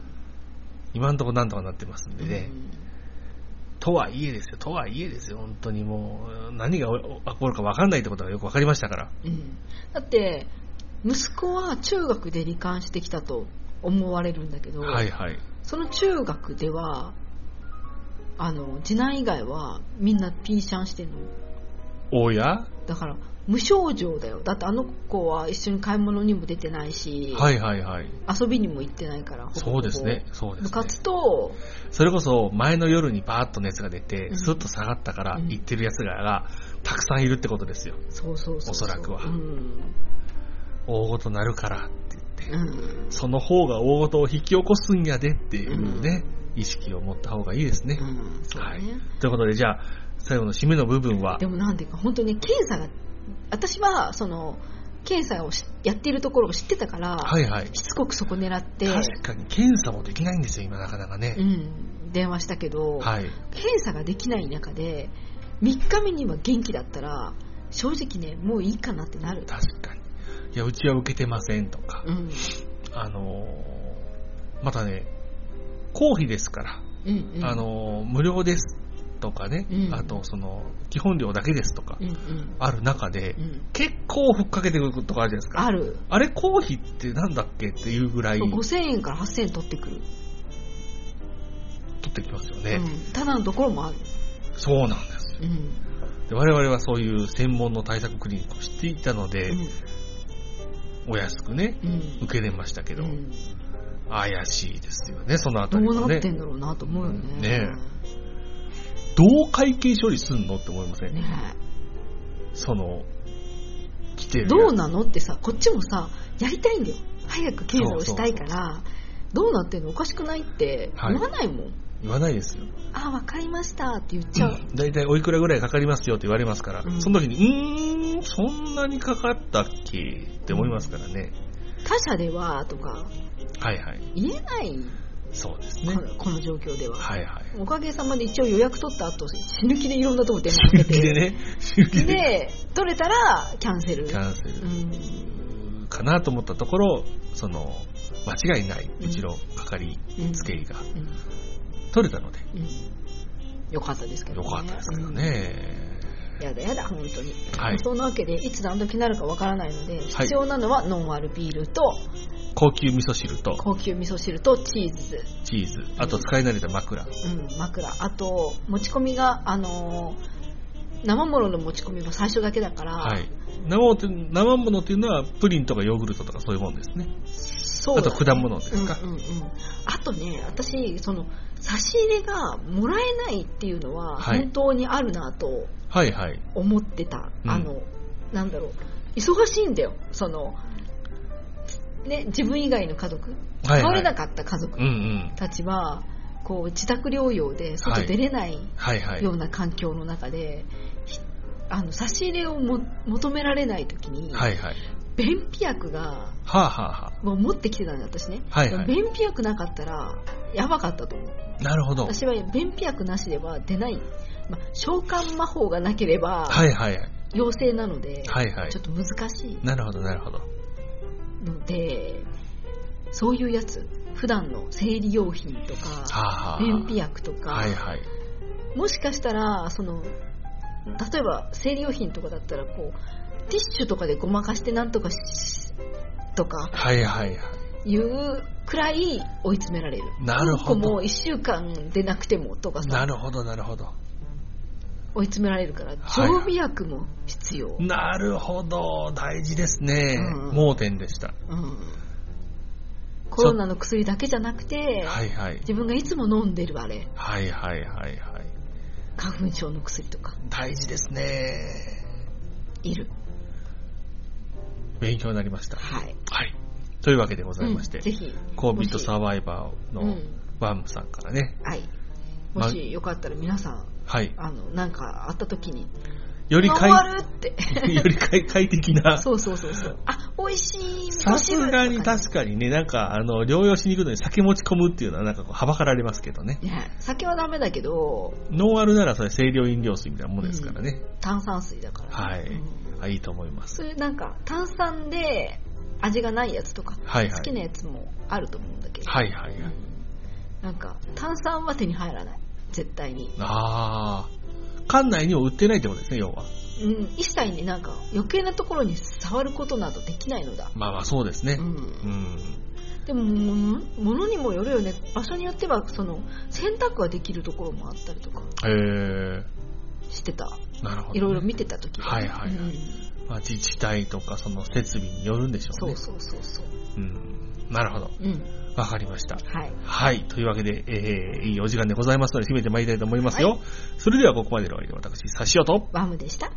今んとこなんとかなってますんでね
う。ん
とはいえですよ、とはいえですよ、本当にもう、何が起こるか分かんないってことがよく分かりましたから。
うんだって息子は中学で離婚してきたと思われるんだけど、
はいはい。
その中学ではあの次男以外はみんなピーシャンしてるの
おや
だから無症状だよだってあの子は一緒に買い物にも出てないし、
はいはいはい。
遊びにも行ってないからほぼほぼ
そうですね、そうで
部
すね。
活と
それこそ前の夜にバーッと熱が出て、
うん
スッと下がったから
うん
行ってる奴らがたくさんいるってことですよ。
そうそうそう
おそらくは
うん、
大ごとなるからって言って、
うん
その方が大ごとを引き起こすんやでっていうね、
うん
意識を持った方がいいですね。
うん、そうね、
はい。ということで、じゃあ、最後の締めの部分は
で、もなんていうか本当に検査が私はその検査をしやっているところを知ってたから、
はいはい。
しつこくそこ狙って、
確かに検査もできないんですよ、今なかなかね
う。ん、電話したけど、
はい。
検査ができない中で3日目には元気だったら正直ねもういいかなってなる、
確かに。いや、うちは受けてませんとか、
うん
あのーまたね、公費ですから、
うんうん、
あのー無料ですとかね、
うん
あと、その、基本料だけですとか
う、んうん
ある中で、
うん
結構ふっかけてくるとかあるじゃないですか。
ある
あれ、公費ってなんだっけっていうぐらい
そう
取
5000円から8000円取ってくる、
ってきますよ
う
ね。
ん、ただのところもある、
そうなんです。
うん
で我々はそういう専門の対策クリニックを知っていたので、
う
お安くね、
んうん
受けれましたけど、
うん
怪しいですよね、そのあた
ど
り
う
は
なっ
ね
て。んだろうなと思うよね。
ねどう会計処理すんのって思いません、
ねえ
その、来てるやつ
どうなのってさこっちもさやりたいんだよ早く検査をしたいからどうなってんのおかしくないって
はい
言わないもん、
言わないですよ。
あわかりましたって言っちゃう、
だいたいおいくらぐらいかかりますよって言われますから、
うん
その時に、うーん、そんなにかかったっけって思いますからね。
他社ではとか
はいはい。
言えない、
そうです
こ
ね。
のこの状況では、
はいはい。
おかげさまで一応予約取った後死ぬ気でいろんなとこ電話かけ
[LAUGHS]
て
でね、修理で
で取れたらキャンセル
キャンセル。
うん
かなと思ったところ、その、間違いない、うちの係つけ医が
うん
取れたので、
うんよかったですけど
よ
ね
かったですけどね。
うんやだやだ本当に
はい。
そんなわけでいつ何時になるかわからないので
はい
必要なのはノンアルビールと
高級味噌汁と
高級味噌汁とチーズ、
チーズ、あと使い慣れた枕。
うん、枕あと持ち込みが、あのー生ものの持ち込みは最初だけだから、
はい。生ものって生ものっていうのは、プリンとかヨーグルトとかそういうもんですね。
そうだね
あと果物ですか
うんうんうん、あとね私その差し入れがもらえないっていうのは
はい
本当にあるなと
はいはい。
思ってた、
うん
あのなんだろう忙しいんだよそのね自分以外の家族
はい、
倒
は
れ
い。
なかった家族
うんうん。
たちはこう自宅療養で外出れない
はいはい
よ。うな環境の中で、ひあの差し入れをも求められない時に、
はいはい。
便秘薬が
はあ、はあは
もう持ってきてたんだ私ね、
はいはい
でも便秘薬なかったらやばかったと思う
あ、なるほど。はい
私は便秘薬なしでは出ない、まあ、召喚魔法がなければ
はいはい。
陽性なので、
はいはい
ちょ。っと難しい
なるほどなるほど。
のでそういうやつ普段の生理用品とか
はあ、はあ。
便秘薬とか、
はいはい。
もしかしたらその例えば生理用品とかだったらこうティッシュとかでごまかしてなんとかしとか
はいはいはい。
いうくらい追い詰められる
なるほ
うんこも
ど。
1週間でなくてもとか
な
さ
るほどなるほど。
追い詰められるから
はい
常備薬も必要、
なるほど。大事ですね。
うん
盲点でした。
うん、コロナの薬だけじゃなくて、
はいはい。
自分がいつも飲んでるあれ
はいはいはいはい。
花粉症の薬とか
大事ですね。
いる
勉強になりました。
はい
はい。というわけでございまして、
うんぜひ
コービットサバイバー
う
の
ん
バンムさんからね、
はい
ま
もしよかったら皆さん
はい。
あのなんかあった時に
より快
ノンアルって。
[LAUGHS] より快快適な。
[LAUGHS] そうそうそうそう。あ、美味しい。
さすがに
か
確かにね、なんか、あの、療養しに行くのに酒持ち込むっていうのは、なんかこう、はばかられますけどね。
に。ね、酒はダメだけど、
ノンアルならそれ清涼飲料水みたいなもんですからね。
炭酸水だから。
はい
うん
あいいと思います。
そういうなんか、炭酸で味がないやつとか、
はいはい
好きなやつもあると思うんだけど、
はいはいはい。
なんか、炭酸は手に入らない。絶対に。
あー。館内にも売ってないってことですね、要は。
うん、一切になんか、余計なところに触ることなどできないのだ。
まあまあ、そうですねう
う。、
んん。
でももものにもよるよね場所によってはその選択ができるところもあったりとか
へえ
してた
ー。なるほど、ね。
いろいろ見てた時
はいはいはい
うん
まあ、自治体とかその設備によるんでしょう
そ
ね。
うそうそうそう
うん。なるほど。
うん
わかりました。
はい
はい。というわけで、えー、いいお時間でございますので、締めてまいりたいと思いますよ。それではここまでの間、私、差しと。
ワムでした